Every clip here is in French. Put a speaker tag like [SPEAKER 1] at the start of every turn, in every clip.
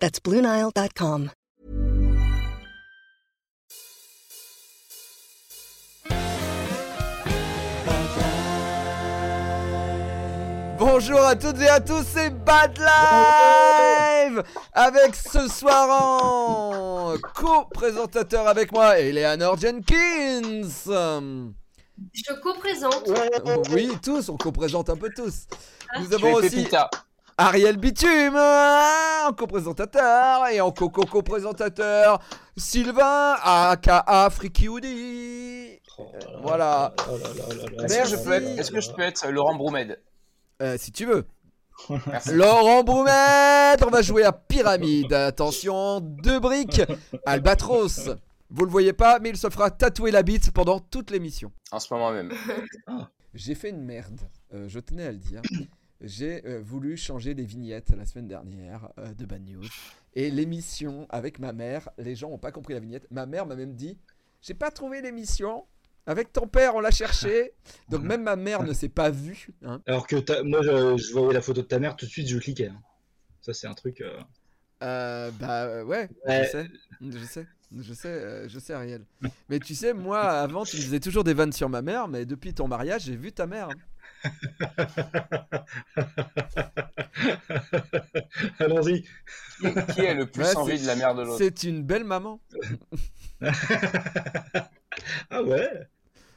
[SPEAKER 1] That's BlueNile.com.
[SPEAKER 2] Bonjour à toutes et à tous, c'est Bad Live Avec ce soir en co-présentateur avec moi, Eleanor Jenkins
[SPEAKER 3] Je co-présente.
[SPEAKER 2] Oui, tous, on co-présente un peu tous. Nous
[SPEAKER 4] Je vais
[SPEAKER 2] avons
[SPEAKER 4] faire
[SPEAKER 2] aussi
[SPEAKER 4] Pépita.
[SPEAKER 2] Ariel Bitume hein, en co-présentateur et en co-co-co-présentateur Sylvain aka Freaky Woody. Voilà.
[SPEAKER 4] Est-ce que, je
[SPEAKER 2] Merci.
[SPEAKER 4] peux être, est-ce que je peux être Laurent Broumed
[SPEAKER 2] Euh, si tu veux.
[SPEAKER 4] Merci.
[SPEAKER 2] Laurent Broumet, on va jouer à pyramide. Attention, deux briques, Albatros. Vous le voyez pas, mais il se fera tatouer la bite pendant toute l'émission.
[SPEAKER 4] En ce moment même.
[SPEAKER 2] J'ai fait une merde, euh, je tenais à le dire. J'ai euh, voulu changer les vignettes la semaine dernière euh, de Bad News. Et l'émission avec ma mère, les gens n'ont pas compris la vignette. Ma mère m'a même dit J'ai pas trouvé l'émission. Avec ton père, on l'a cherché. Donc même ma mère ne s'est pas vue. hein.
[SPEAKER 5] Alors que ta- moi, je, je voyais la photo de ta mère, tout de suite, je cliquais. hein. Ça, c'est un truc. euh,
[SPEAKER 2] Euh, bah euh, ouais,
[SPEAKER 5] Ouais.
[SPEAKER 2] je sais, je sais, je sais, euh, je sais Ariel. Mais tu sais, moi avant tu me faisais toujours des vannes sur ma mère, mais depuis ton mariage j'ai vu ta mère.
[SPEAKER 5] Allons-y.
[SPEAKER 4] Qui, qui est le plus
[SPEAKER 2] Ouais,
[SPEAKER 4] envie
[SPEAKER 2] c'est-
[SPEAKER 4] de la mère de l'autre
[SPEAKER 2] C'est une belle maman.
[SPEAKER 5] Ah ouais.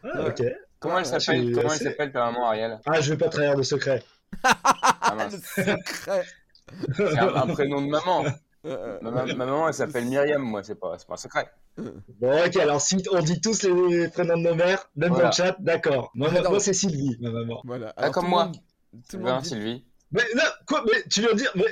[SPEAKER 5] Ah,
[SPEAKER 2] Ouais.
[SPEAKER 5] ok.
[SPEAKER 4] Comment elle
[SPEAKER 2] Ouais,
[SPEAKER 4] s'appelle
[SPEAKER 5] c'est-
[SPEAKER 4] Comment elle
[SPEAKER 5] c'est-
[SPEAKER 4] s'appelle ta maman Ariel
[SPEAKER 5] Ah, je vais pas trahir de secret.
[SPEAKER 4] Ah,
[SPEAKER 2] Le
[SPEAKER 4] mince.
[SPEAKER 2] secret.
[SPEAKER 4] C'est un, un prénom de maman.
[SPEAKER 2] Euh,
[SPEAKER 4] Ma, ma- ma maman elle s'appelle Myriam, moi c'est pas, c'est pas un secret.
[SPEAKER 5] Bon, ok. Alors, si on dit tous les, prénoms de nos mères, même
[SPEAKER 4] Voilà.
[SPEAKER 5] dans le chat, d'accord. Moi,
[SPEAKER 2] Ah,
[SPEAKER 5] moi,
[SPEAKER 2] non.
[SPEAKER 5] moi, c'est Sylvie, ma maman.
[SPEAKER 2] Voilà.
[SPEAKER 4] Ah, comme
[SPEAKER 2] tout le
[SPEAKER 4] moi.
[SPEAKER 2] monde- Tout le
[SPEAKER 4] Sylvain,
[SPEAKER 2] monde dit-
[SPEAKER 4] Sylvie.
[SPEAKER 5] Mais non, quoi Mais tu viens de dire Mais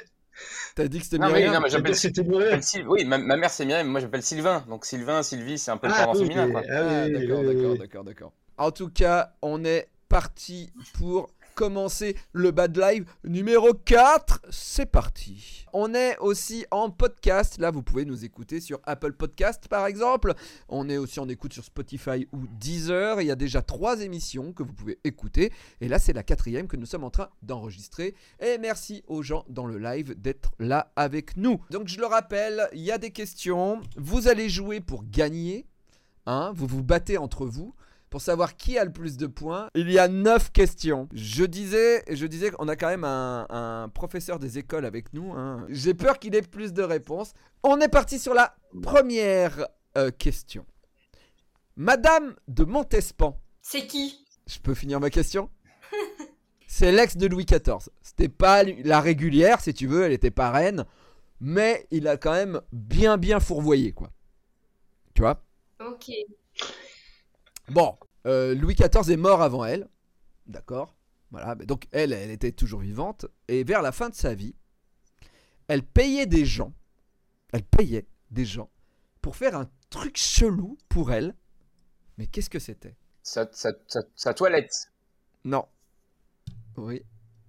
[SPEAKER 2] T'as dit que c'était
[SPEAKER 4] Non mais,
[SPEAKER 2] Myriam.
[SPEAKER 4] non, mais j'appelle
[SPEAKER 5] c'était Muriel.
[SPEAKER 4] j'appelle Sylvie. Oui, ma, ma mère c'est Myriam, moi j'appelle Sylvain. Donc Sylvain, Sylvie, c'est un peu le
[SPEAKER 5] Ah,
[SPEAKER 4] parent
[SPEAKER 5] oui,
[SPEAKER 4] féminin quoi.
[SPEAKER 5] oui,
[SPEAKER 2] Ah,
[SPEAKER 5] oui,
[SPEAKER 2] d'accord,
[SPEAKER 5] oui, oui,
[SPEAKER 2] d'accord,
[SPEAKER 5] oui.
[SPEAKER 2] d'accord, d'accord. En tout cas, on est parti pour commencer le Bad Live numéro 4. C'est parti. On est aussi en podcast. Là, vous pouvez nous écouter sur Apple Podcast, par exemple. On est aussi en écoute sur Spotify ou Deezer. Il y a déjà trois émissions que vous pouvez écouter. Et là, c'est la quatrième que nous sommes en train d'enregistrer. Et merci aux gens dans le live d'être là avec nous. Donc, je le rappelle, il y a des questions. Vous allez jouer pour gagner. Hein, vous vous battez entre vous pour savoir qui a le plus de points. Il y a 9 questions. Je disais, je disais qu'on a quand même un, un professeur des écoles avec nous. hein. J'ai peur qu'il ait plus de réponses. On est parti sur la première euh, question. Madame de Montespan,
[SPEAKER 3] C'est qui
[SPEAKER 2] je peux finir ma question C'est l'ex de Louis XIV. C'était pas lui- la régulière, si tu veux, elle était parraine. Mais il a quand même bien, bien fourvoyé, quoi. Tu vois
[SPEAKER 3] Ok.
[SPEAKER 2] Bon, euh, Louis XIV est mort avant elle. D'accord. Voilà. mais Donc elle, elle était toujours vivante. Et vers la fin de sa vie, elle payait des gens. Elle payait des gens pour faire un truc chelou pour elle. Mais qu'est-ce que c'était
[SPEAKER 4] Sa, sa, sa, sa toilette.
[SPEAKER 2] Non. Oui.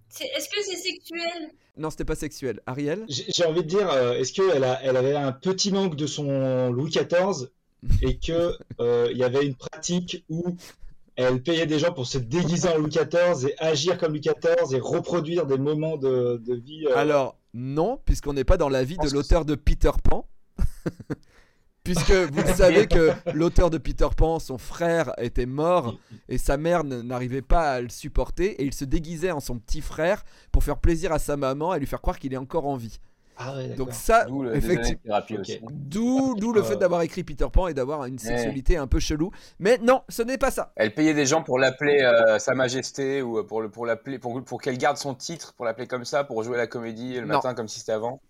[SPEAKER 3] C'est- Est-ce que c'est sexuel
[SPEAKER 2] Non, c'était pas sexuel. Ariel
[SPEAKER 5] J'ai j'ai envie de dire, euh, est-ce qu'elle a- elle avait un petit manque de son Louis XIV et que euh, il y avait une pratique où elle payait des gens pour se déguiser en Louis XIV et agir comme Louis XIV et reproduire des moments de, de vie. euh,
[SPEAKER 2] Alors, non, puisqu'on n'est pas dans la vie
[SPEAKER 4] pense
[SPEAKER 2] de
[SPEAKER 4] que
[SPEAKER 2] l'auteur de Peter Pan. Puisque vous le savez que l'auteur de Peter Pan, son frère était mort et sa mère ne- n'arrivait pas à le supporter et il se déguisait en son petit frère pour faire plaisir à sa maman et lui faire croire qu'il est encore en vie.
[SPEAKER 5] Ah ouais, d'accord.
[SPEAKER 2] Donc ça,
[SPEAKER 4] D'où le
[SPEAKER 2] effectivement,
[SPEAKER 4] effectivement. thérapie
[SPEAKER 5] Ok.
[SPEAKER 4] aussi.
[SPEAKER 2] d'où d'où le fait
[SPEAKER 5] Euh.
[SPEAKER 2] d'avoir écrit Peter Pan et d'avoir une sexualité un peu chelou. Mais non, ce n'est pas ça.
[SPEAKER 4] Elle payait des gens pour l'appeler euh, Sa Majesté ou euh, pour le pour l'appeler pour, pour qu'elle garde son titre, pour l'appeler comme ça, pour jouer à la comédie le
[SPEAKER 2] Non.
[SPEAKER 4] matin comme si c'était avant.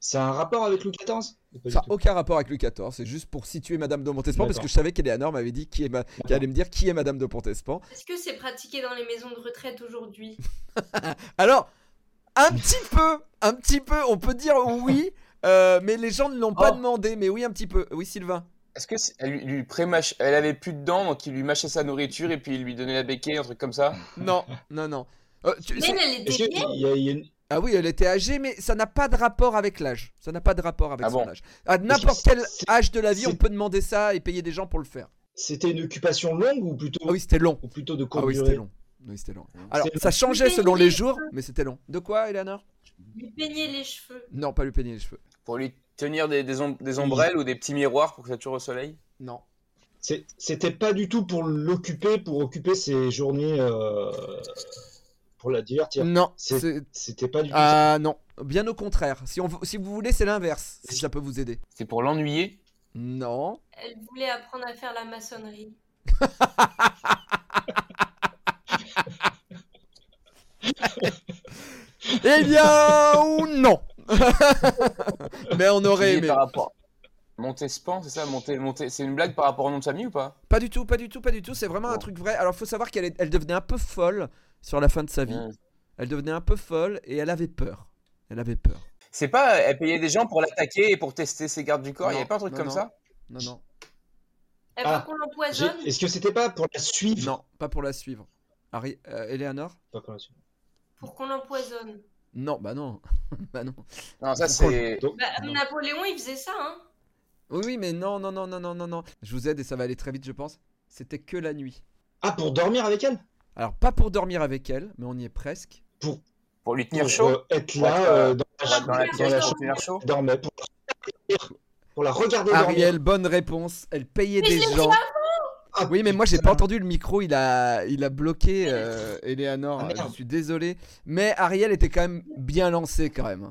[SPEAKER 5] C'est un rapport avec Louis XIV Ou pas du
[SPEAKER 2] Ça n'a
[SPEAKER 5] tout
[SPEAKER 2] aucun rapport avec Louis XIV, c'est juste pour situer Madame de Montespan parce
[SPEAKER 5] D'accord.
[SPEAKER 2] que je savais qu'Eleanor m'avait dit qui est ma- qu'elle allait me dire qui est Madame de Montespan.
[SPEAKER 3] Est-ce que c'est pratiqué dans les maisons de retraite aujourd'hui
[SPEAKER 2] Alors, un petit peu, un petit peu, on peut dire oui, Euh, mais les gens ne l'ont pas
[SPEAKER 4] Oh.
[SPEAKER 2] demandé, mais oui, un petit peu. Oui, Sylvain.
[SPEAKER 4] Est-ce que c'est- elle lui, lui prémâche- elle avait plus de dents, donc il lui mâchait sa nourriture et puis il lui donnait la béquille, un truc comme ça
[SPEAKER 2] Non, non, non. Euh, tu-
[SPEAKER 3] Mais
[SPEAKER 2] c'est-
[SPEAKER 3] elle, elle
[SPEAKER 5] Est-ce
[SPEAKER 3] Oh, était vieille.
[SPEAKER 5] qu'il y a, il y a une-
[SPEAKER 2] Ah oui, elle était âgée, mais ça n'a pas de rapport avec l'âge. Ça n'a pas de rapport avec
[SPEAKER 4] Ah
[SPEAKER 2] son
[SPEAKER 4] bon
[SPEAKER 2] âge. À n'importe
[SPEAKER 5] c'est-
[SPEAKER 2] quel
[SPEAKER 5] c'est-
[SPEAKER 2] âge de la vie,
[SPEAKER 5] c'est-
[SPEAKER 2] on peut demander ça et payer des gens pour le faire.
[SPEAKER 5] C'était une occupation longue ou plutôt,
[SPEAKER 2] Ah oui, c'était long.
[SPEAKER 5] ou plutôt de
[SPEAKER 2] Ah
[SPEAKER 5] courte
[SPEAKER 2] oui,
[SPEAKER 5] durée
[SPEAKER 2] c'était long. Oui, c'était long. Alors,
[SPEAKER 5] C'est-
[SPEAKER 2] ça changeait
[SPEAKER 3] Mais-
[SPEAKER 2] selon
[SPEAKER 3] mais-
[SPEAKER 2] les jours, mais c'était long. De quoi, Eleanor
[SPEAKER 3] Lui peignait les cheveux.
[SPEAKER 2] Non, pas lui peigner les cheveux.
[SPEAKER 4] Pour lui tenir des, des, om- des ombrelles ou des petits miroirs pour que ça toujours au soleil
[SPEAKER 2] Non.
[SPEAKER 5] C'est- C'était pas du tout pour l'occuper, pour occuper ses journées, euh, pour la divertir.
[SPEAKER 2] Non.
[SPEAKER 5] C'est-
[SPEAKER 2] c'est-
[SPEAKER 5] C'était pas du tout. ça.
[SPEAKER 2] Ah non. Bien au contraire. Si, on, si vous voulez, c'est l'inverse. Si ça peut vous aider.
[SPEAKER 4] C'est pour l'ennuyer
[SPEAKER 2] Non.
[SPEAKER 3] Elle voulait apprendre à faire la maçonnerie.
[SPEAKER 2] Eh bien, ou non. mais on aurait
[SPEAKER 4] Ennuyer
[SPEAKER 2] aimé.
[SPEAKER 4] par rapport. Montespan, c'est ça Monté- Monté- C'est une blague par rapport au nom de famille ou pas
[SPEAKER 2] Pas du tout, pas du tout, pas du tout. C'est vraiment un
[SPEAKER 4] Bon.
[SPEAKER 2] truc vrai. Alors, faut savoir qu'elle est- elle devenait un peu folle sur la fin de sa vie.
[SPEAKER 4] Mm.
[SPEAKER 2] Elle devenait un peu folle et elle avait peur. Elle avait peur.
[SPEAKER 4] C'est pas, euh, elle payait des gens pour l'attaquer et pour tester ses gardes du corps, il
[SPEAKER 2] Non,
[SPEAKER 4] n'y avait pas un truc
[SPEAKER 2] non,
[SPEAKER 4] comme
[SPEAKER 2] non.
[SPEAKER 4] ça
[SPEAKER 2] Non, non.
[SPEAKER 3] Elle
[SPEAKER 5] Ah,
[SPEAKER 3] veut Eh, qu'on
[SPEAKER 5] J'ai-
[SPEAKER 3] l'empoisonne.
[SPEAKER 5] Est-ce que c'était pas pour la suivre
[SPEAKER 2] Non, pas pour la suivre. Harry, euh, Eleanor
[SPEAKER 5] Pas pour la suivre.
[SPEAKER 3] Pour qu'on l'empoisonne.
[SPEAKER 2] Non, bah non. bah non.
[SPEAKER 4] Non, ça
[SPEAKER 2] Pourquoi
[SPEAKER 4] c'est.
[SPEAKER 5] Donc,
[SPEAKER 3] Bah,
[SPEAKER 2] Ah Non.
[SPEAKER 3] Napoléon, il faisait ça, hein.
[SPEAKER 2] Oui, oui, mais non, non, non, non, non, non, non. Je vous aide et ça va aller très vite, je pense. C'était que la nuit.
[SPEAKER 5] ah, pour dormir avec elle
[SPEAKER 2] Alors, pas pour dormir avec elle, mais on y est presque.
[SPEAKER 4] Pour lui tenir
[SPEAKER 5] Pour
[SPEAKER 4] chaud
[SPEAKER 5] euh, être
[SPEAKER 4] Pour être,
[SPEAKER 5] là
[SPEAKER 4] euh,
[SPEAKER 5] euh, dans la
[SPEAKER 4] pour être dans la
[SPEAKER 5] chambre,
[SPEAKER 3] pour
[SPEAKER 4] pièce,
[SPEAKER 5] la
[SPEAKER 4] pour
[SPEAKER 5] chambre.
[SPEAKER 4] tenir chaud.
[SPEAKER 5] elle dormait, pour, pour la regarder dormir.
[SPEAKER 2] Ariel, bonne réponse. Elle payait
[SPEAKER 3] Mais je
[SPEAKER 2] des
[SPEAKER 3] l'ai pris
[SPEAKER 2] gens.
[SPEAKER 5] Ah,
[SPEAKER 2] Oui, mais moi j'ai pas
[SPEAKER 5] putain.
[SPEAKER 2] entendu le micro, il a, il a bloqué euh, Eleanor,
[SPEAKER 5] Ah,
[SPEAKER 2] euh,
[SPEAKER 5] merde.
[SPEAKER 2] je suis désolé. Mais Ariel était quand même bien lancé quand même.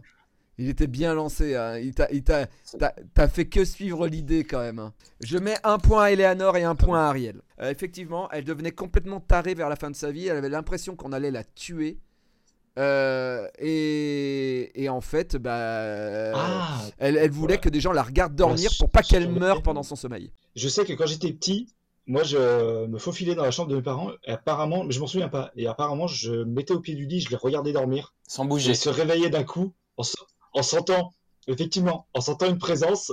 [SPEAKER 2] Il était bien lancé, hein. il t'a- il t'a t'as- t'as fait que suivre l'idée quand même. hein. Je mets un point à Eleanor et un point à Ariel. Euh, effectivement, elle devenait complètement tarée vers la fin de sa vie, elle avait l'impression qu'on allait la tuer. Euh, et, et en fait, bah,
[SPEAKER 5] Ah,
[SPEAKER 2] elle, elle voulait
[SPEAKER 5] voilà.
[SPEAKER 2] que des gens la regardent dormir
[SPEAKER 5] Bah,
[SPEAKER 2] pour pas
[SPEAKER 5] sur-
[SPEAKER 2] qu'elle
[SPEAKER 5] sur-
[SPEAKER 2] meure pendant son sommeil.
[SPEAKER 5] Je sais que quand j'étais petit, moi, je me faufilais dans la chambre de mes parents. Et apparemment, mais je m'en souviens pas. Et apparemment, je me mettais au pied du lit, je les regardais dormir.
[SPEAKER 4] Sans
[SPEAKER 5] Je
[SPEAKER 4] bouger.
[SPEAKER 5] se réveillais d'un coup en, se- en sentant, effectivement, en sentant une présence.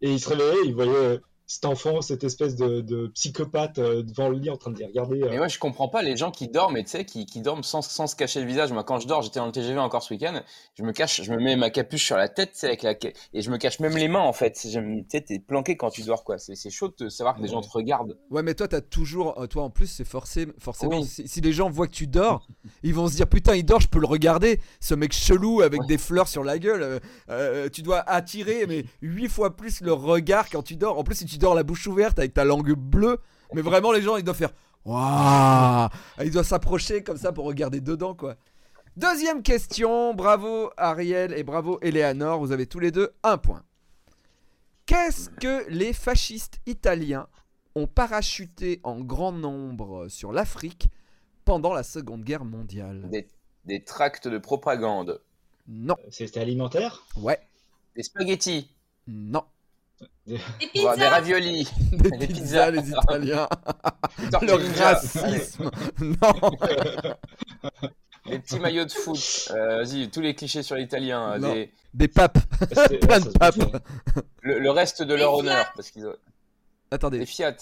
[SPEAKER 5] Et ils se réveillaient, ils voyaient euh, cet enfant, cette espèce de, de psychopathe euh, devant le lit en train de dire Regardez. euh,
[SPEAKER 4] Mais moi, je comprends pas les gens qui dorment, et tu sais, qui, qui dorment sans, sans se cacher le visage. Moi, quand je dors, j'étais dans le TGV encore ce week-end, je me cache, je me mets ma capuche sur la tête, tu sais, avec la, ca- et je me cache même les mains, en fait. C'est- j'aime- Tu sais, t'es planqué quand tu dors, quoi. C'est c'est chaud de savoir que les gens te regardent.
[SPEAKER 2] Ouais, mais toi, t'as toujours. euh, Toi, en plus, c'est forcé, forcément.
[SPEAKER 4] Oui.
[SPEAKER 2] Si, si les gens voient que tu dors, ils vont se dire Putain, il dort, je peux le regarder. Ce mec chelou avec des fleurs sur la gueule. euh, euh, tu dois attirer, mais huit fois plus le regard quand tu dors. En plus, si tu dors la bouche ouverte avec ta langue bleue, mais vraiment, les gens, ils doivent faire Waouh Ils doivent Ah, s'approcher comme ça pour regarder dedans, quoi. Deuxième question. Bravo, Ariel, et bravo, Eleanor. Vous avez tous les deux un point. Qu'est-ce que les fascistes italiens ont parachuté en grand nombre sur l'Afrique pendant la Seconde Guerre mondiale.
[SPEAKER 4] Des, des tracts de propagande.
[SPEAKER 2] Non,
[SPEAKER 5] C'était alimentaire
[SPEAKER 2] ouais,
[SPEAKER 4] Des spaghettis.
[SPEAKER 2] non.
[SPEAKER 3] Des
[SPEAKER 4] voire Des
[SPEAKER 3] pizzas.
[SPEAKER 4] raviolis.
[SPEAKER 2] Des
[SPEAKER 4] Des
[SPEAKER 2] pizzas,
[SPEAKER 4] pizzas.
[SPEAKER 2] les Italiens.
[SPEAKER 4] des tortillas,
[SPEAKER 2] Le racisme. Non,
[SPEAKER 4] Des petits maillots de foot. Euh, Vas-y, tous les clichés sur l'italien. euh,
[SPEAKER 2] Non.
[SPEAKER 4] des-
[SPEAKER 2] des papes.
[SPEAKER 5] C'était-
[SPEAKER 2] Plein
[SPEAKER 5] ouais,
[SPEAKER 2] de
[SPEAKER 5] ça se voit.
[SPEAKER 2] papes.
[SPEAKER 4] Le, le reste de leur
[SPEAKER 3] Des
[SPEAKER 4] honneur. Parce qu'ils ont... Des
[SPEAKER 2] Attendez,
[SPEAKER 4] Fiat.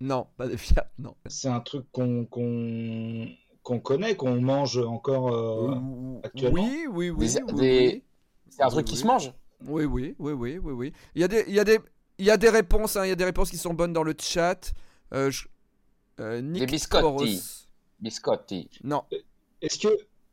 [SPEAKER 2] non, pas des Fiat, non.
[SPEAKER 5] C'est un truc qu'on qu'on qu'on connaît, qu'on mange encore. euh,
[SPEAKER 2] Ouh,
[SPEAKER 5] actuellement.
[SPEAKER 2] Oui, oui, oui.
[SPEAKER 4] Des-
[SPEAKER 2] oui,
[SPEAKER 4] des- C'est un
[SPEAKER 2] Oui,
[SPEAKER 4] truc qui
[SPEAKER 2] oui.
[SPEAKER 4] se mange.
[SPEAKER 2] Oui, oui, oui, oui, oui, oui. Il y a des, il y a des, il y a des réponses, hein, il y a des réponses qui sont bonnes dans le chat. Euh, je- euh, Nick
[SPEAKER 4] biscotti.
[SPEAKER 2] Poros.
[SPEAKER 4] Biscotti.
[SPEAKER 2] Non,
[SPEAKER 5] Est-ce que,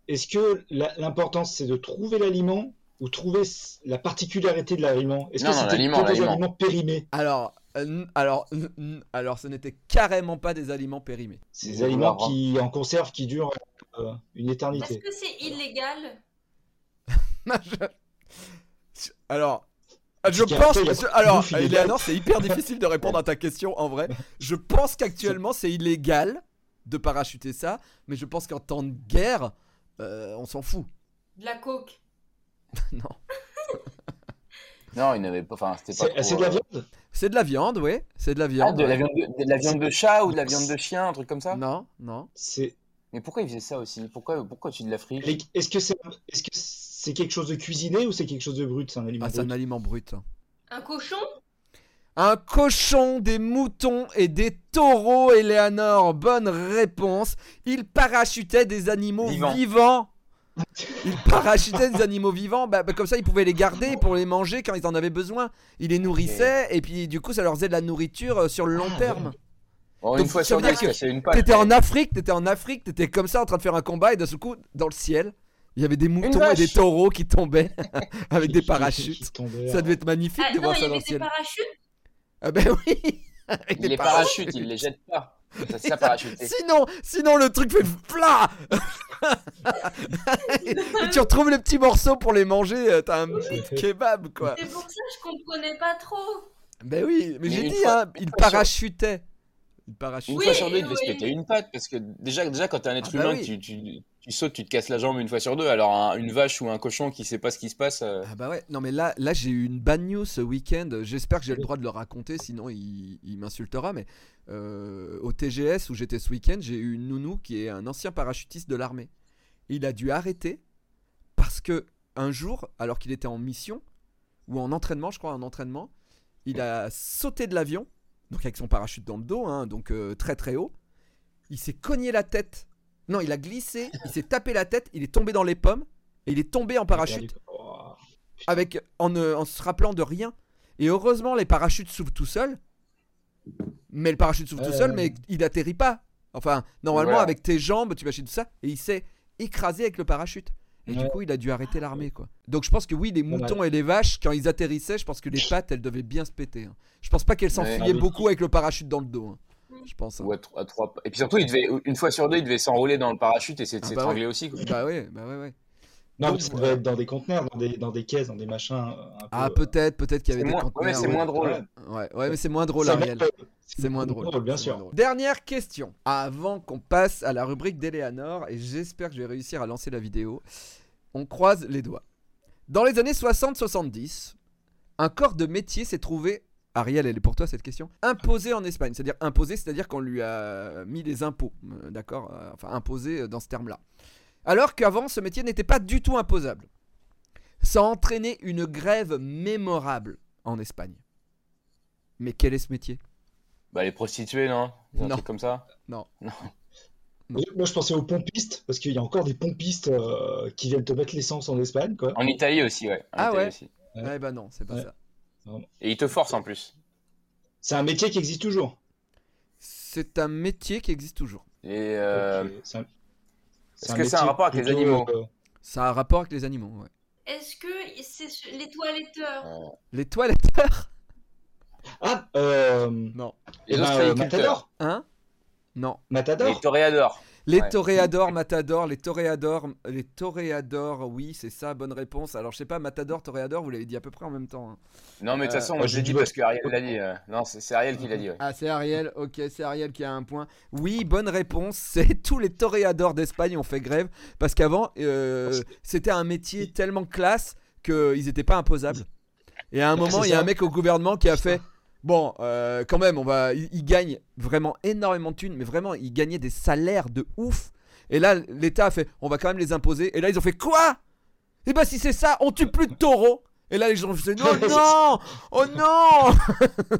[SPEAKER 5] est-ce que la- l'important c'est de trouver l'aliment ou trouver s- la particularité de l'aliment Est-ce que
[SPEAKER 4] Non, non,
[SPEAKER 5] c'était
[SPEAKER 4] l'aliment,
[SPEAKER 5] que des
[SPEAKER 4] l'aliment.
[SPEAKER 5] aliments périmés
[SPEAKER 2] alors, euh, n- alors, n- n- alors, ce n'était carrément pas des aliments périmés.
[SPEAKER 5] Ces
[SPEAKER 4] Des
[SPEAKER 5] aliments
[SPEAKER 4] boulards,
[SPEAKER 5] qui en conserve qui durent euh, une
[SPEAKER 3] Est-ce
[SPEAKER 5] éternité.
[SPEAKER 3] que c'est illégal
[SPEAKER 2] Je- Alors, je
[SPEAKER 5] qu'il y a-
[SPEAKER 2] pense.
[SPEAKER 5] il y a
[SPEAKER 2] je-
[SPEAKER 5] beaucoup de
[SPEAKER 2] alors,
[SPEAKER 5] bouffe illégale.
[SPEAKER 2] Eleanor, c'est hyper difficile de répondre à ta question en vrai. Je pense qu'actuellement, c'est illégal de parachuter ça, mais je pense qu'en temps de guerre, euh, on s'en fout.
[SPEAKER 3] De la coke.
[SPEAKER 2] non.
[SPEAKER 4] Non, il n'avait pas. Enfin, c'était pas.
[SPEAKER 5] C'est
[SPEAKER 4] trop,
[SPEAKER 5] c'est de
[SPEAKER 4] euh,
[SPEAKER 5] la viande
[SPEAKER 2] ah, C'est de la viande, ouais. C'est de la
[SPEAKER 4] Ah,
[SPEAKER 2] viande.
[SPEAKER 4] de la viande de, de la viande de chat ou de la viande de chien, un truc comme ça
[SPEAKER 2] Non, non.
[SPEAKER 5] C'est-
[SPEAKER 4] Mais pourquoi ils faisaient ça aussi Pourquoi, pourquoi tu de l'Afrique
[SPEAKER 5] les- Est-ce que c'est est -ce que c'est C'est quelque chose de cuisiné ou c'est quelque chose de brut C'est un aliment
[SPEAKER 2] Ah, c'est un
[SPEAKER 5] brut
[SPEAKER 2] aliment brut. hein.
[SPEAKER 3] Un cochon
[SPEAKER 2] Un cochon, des moutons et des taureaux, Eleanor. Bonne réponse. Il parachutait des animaux
[SPEAKER 4] Vivants.
[SPEAKER 2] vivants. Il parachutait des animaux vivants. Bah, bah, comme ça, il pouvait les garder pour les manger quand ils en avaient besoin. Il les nourrissait et puis du coup, ça leur faisait de la nourriture euh, sur le long
[SPEAKER 5] Ah,
[SPEAKER 2] terme.
[SPEAKER 4] Bon,
[SPEAKER 2] Donc,
[SPEAKER 4] une fois
[SPEAKER 2] ça
[SPEAKER 4] sur
[SPEAKER 2] veut dire
[SPEAKER 4] dix,
[SPEAKER 2] que
[SPEAKER 4] ouais, c'est une patte.
[SPEAKER 2] T'étais en Afrique, t'étais en Afrique, t'étais comme ça en train de faire un combat et d'un seul coup, dans le ciel, il y avait des moutons et
[SPEAKER 4] vache.
[SPEAKER 2] des taureaux qui tombaient avec des
[SPEAKER 5] Qui- qui- qui
[SPEAKER 2] parachutes.
[SPEAKER 5] tombait,
[SPEAKER 2] Ça devait être magnifique
[SPEAKER 3] Ah
[SPEAKER 2] de
[SPEAKER 3] non,
[SPEAKER 2] voir
[SPEAKER 3] il y
[SPEAKER 2] ça dans
[SPEAKER 3] avait
[SPEAKER 2] le
[SPEAKER 3] des
[SPEAKER 2] ciel.
[SPEAKER 3] parachutes
[SPEAKER 2] Ah ben oui, avec
[SPEAKER 4] Les parachutes, ils les jettent pas. Ça, ça parachute.
[SPEAKER 2] Sinon, sinon le truc fait plat. et, et tu retrouves les petits morceaux pour les manger. euh, T'as un
[SPEAKER 5] euh,
[SPEAKER 2] kebab quoi.
[SPEAKER 3] C'est pour ça que je comprenais pas trop.
[SPEAKER 2] Ben oui, mais,
[SPEAKER 4] Mais
[SPEAKER 2] j'ai
[SPEAKER 4] une
[SPEAKER 2] dit
[SPEAKER 4] fois-
[SPEAKER 2] hein, il parachutait. Il
[SPEAKER 4] Une
[SPEAKER 2] parachutait.
[SPEAKER 3] Oui,
[SPEAKER 4] fois sur deux, il devait se
[SPEAKER 3] oui.
[SPEAKER 4] péter une patte parce que déjà, déjà quand t'es un être
[SPEAKER 2] Ah bah
[SPEAKER 4] humain,
[SPEAKER 2] oui.
[SPEAKER 4] tu, tu- tu sautes, tu te casses la jambe une fois sur deux. Alors un- une vache ou un cochon qui sait pas ce qui se passe. euh,
[SPEAKER 2] Ah bah ouais, non mais là, là j'ai eu une bad news ce week-end, j'espère que j'ai le droit de le raconter, sinon il, il m'insultera, mais euh, au TGS où j'étais ce week-end, j'ai eu une nounou qui est un ancien parachutiste de l'armée. Il a dû arrêter parce que un jour, alors qu'il était en mission, ou en entraînement, je crois, en entraînement, il a sauté de l'avion, donc avec son parachute dans le dos, hein, donc euh, très très haut, il s'est cogné la tête, non il a glissé, il s'est tapé la tête, il est tombé dans les pommes, et il est tombé en parachute
[SPEAKER 5] Oh.
[SPEAKER 2] avec en, ne- en se rappelant de rien. Et heureusement, les parachutes s'ouvrent tout seuls. Mais le parachute s'ouvre
[SPEAKER 5] Ouais,
[SPEAKER 2] tout seul,
[SPEAKER 5] ouais,
[SPEAKER 2] mais il n'atterrit pas. Enfin, normalement,
[SPEAKER 4] Euh. Voilà.
[SPEAKER 2] avec tes jambes, tu machines tout ça, et il s'est écrasé avec le parachute. Et du
[SPEAKER 5] Ouais.
[SPEAKER 2] coup, il a dû arrêter l'armée, quoi. Donc, je pense que oui, les
[SPEAKER 5] Dommage.
[SPEAKER 2] moutons et les vaches, quand ils atterrissaient, je pense que les pattes, elles devaient bien se péter. hein. Je pense pas qu'elles
[SPEAKER 5] Ah
[SPEAKER 2] s'enfuyaient
[SPEAKER 5] oui.
[SPEAKER 2] beaucoup avec le parachute dans le dos. hein. Je pense. hein.
[SPEAKER 4] ou à tro- à trois pa- Et puis surtout, il devait, une fois sur deux, il devait s'enrouler dans le parachute et s'est
[SPEAKER 2] Ah bah
[SPEAKER 4] s'étrangler aussi. quoi.
[SPEAKER 2] Bah ouais, bah ouais, ouais.
[SPEAKER 5] Non,
[SPEAKER 2] Donc,
[SPEAKER 5] mais ça devait être dans des conteneurs, dans des, dans des caisses, dans des machins. euh, un peu-
[SPEAKER 2] Ah, peut-être, peut-être qu'il y
[SPEAKER 4] Euh,
[SPEAKER 2] avait
[SPEAKER 4] C'est
[SPEAKER 2] des
[SPEAKER 4] moins... ouais, mais
[SPEAKER 2] conteneurs,
[SPEAKER 4] c'est
[SPEAKER 2] ouais.
[SPEAKER 4] moins drôle.
[SPEAKER 5] Ouais.
[SPEAKER 2] Ouais, ouais, mais c'est moins drôle,
[SPEAKER 5] Ça
[SPEAKER 2] Ariel.
[SPEAKER 5] m'étonne.
[SPEAKER 2] C'est moins drôle.
[SPEAKER 5] bien
[SPEAKER 2] c'est
[SPEAKER 5] sûr.
[SPEAKER 2] moins drôle. Dernière question. Avant qu'on passe à la rubrique d'Eleanor, et j'espère que je vais réussir à lancer la vidéo, on croise les doigts. Dans les années 60-70, un corps de métier s'est trouvé. Ariel, elle est pour toi cette question. Imposé en Espagne, c'est-à-dire imposé, c'est-à-dire qu'on lui a mis les impôts, euh, d'accord Euh, Enfin, imposé euh, dans ce terme-là. Alors qu'avant, ce métier n'était pas du tout imposable. Ça a entraîné une grève mémorable en Espagne. Mais quel est ce métier
[SPEAKER 4] Bah, les prostituées, non Un
[SPEAKER 2] Non.
[SPEAKER 4] truc comme ça.
[SPEAKER 5] Moi, je- Moi, je pensais aux pompistes, parce qu'il y a encore des pompistes euh, qui viennent te mettre l'essence en Espagne, quoi.
[SPEAKER 4] En Italie aussi, ouais. En
[SPEAKER 2] Ah
[SPEAKER 4] Italie
[SPEAKER 2] ouais.
[SPEAKER 4] aussi.
[SPEAKER 5] Ouais.
[SPEAKER 2] Eh ben non, c'est pas
[SPEAKER 5] Ouais.
[SPEAKER 2] ça.
[SPEAKER 4] Et ils te forcent en plus.
[SPEAKER 5] C'est un métier qui existe toujours.
[SPEAKER 2] C'est un métier qui existe toujours.
[SPEAKER 4] Et euh,
[SPEAKER 5] Ok, c'est un-
[SPEAKER 4] est-ce que ça a un
[SPEAKER 5] métier
[SPEAKER 4] rapport avec les
[SPEAKER 5] plutôt,
[SPEAKER 4] animaux
[SPEAKER 5] euh,
[SPEAKER 2] Ça a un rapport avec les animaux, ouais.
[SPEAKER 3] Est-ce que c'est sur- les toiletteurs
[SPEAKER 2] Les toiletteurs
[SPEAKER 5] Ah, euh...
[SPEAKER 2] Non.
[SPEAKER 5] eh
[SPEAKER 4] les
[SPEAKER 5] ben, euh,
[SPEAKER 4] ostréiculteurs,
[SPEAKER 5] Matador
[SPEAKER 2] Hein Non.
[SPEAKER 4] les
[SPEAKER 5] Matador
[SPEAKER 4] toréadors.
[SPEAKER 2] Les
[SPEAKER 4] Ouais.
[SPEAKER 2] toréadors, matador, les toréadors, les toréadors, oui, c'est ça, bonne réponse. Alors je sais pas, matador, toréador, vous l'avez dit à peu près en même temps. hein.
[SPEAKER 4] Non, mais de toute
[SPEAKER 2] Euh,
[SPEAKER 4] façon,
[SPEAKER 5] moi,
[SPEAKER 4] moi
[SPEAKER 5] j'ai
[SPEAKER 4] je l'ai
[SPEAKER 5] dit
[SPEAKER 4] dit
[SPEAKER 5] ouais.
[SPEAKER 4] parce que Ariel l'a dit. euh, Non, c'est c'est Ariel qui l'a dit, ouais.
[SPEAKER 2] Ah, c'est Ariel, ok, c'est Ariel qui a un point. Oui, bonne réponse, c'est tous les toréadors d'Espagne ont fait grève parce qu'avant, euh, c'était un métier tellement classe qu'ils n'étaient pas imposables. Et à un
[SPEAKER 5] Ouais,
[SPEAKER 2] moment,
[SPEAKER 5] c'est
[SPEAKER 2] il y a
[SPEAKER 5] ça.
[SPEAKER 2] un mec au gouvernement qui a
[SPEAKER 5] Putain.
[SPEAKER 2] fait Bon, euh, quand même, on va. Ils ils gagnent vraiment énormément de thunes, mais vraiment, ils gagnaient des salaires de ouf. Et là, l'État a fait On va quand même les imposer. Et là, ils ont fait Quoi Eh ben, si c'est ça, on tue plus de taureaux Et là, les gens ont fait Oh non Oh non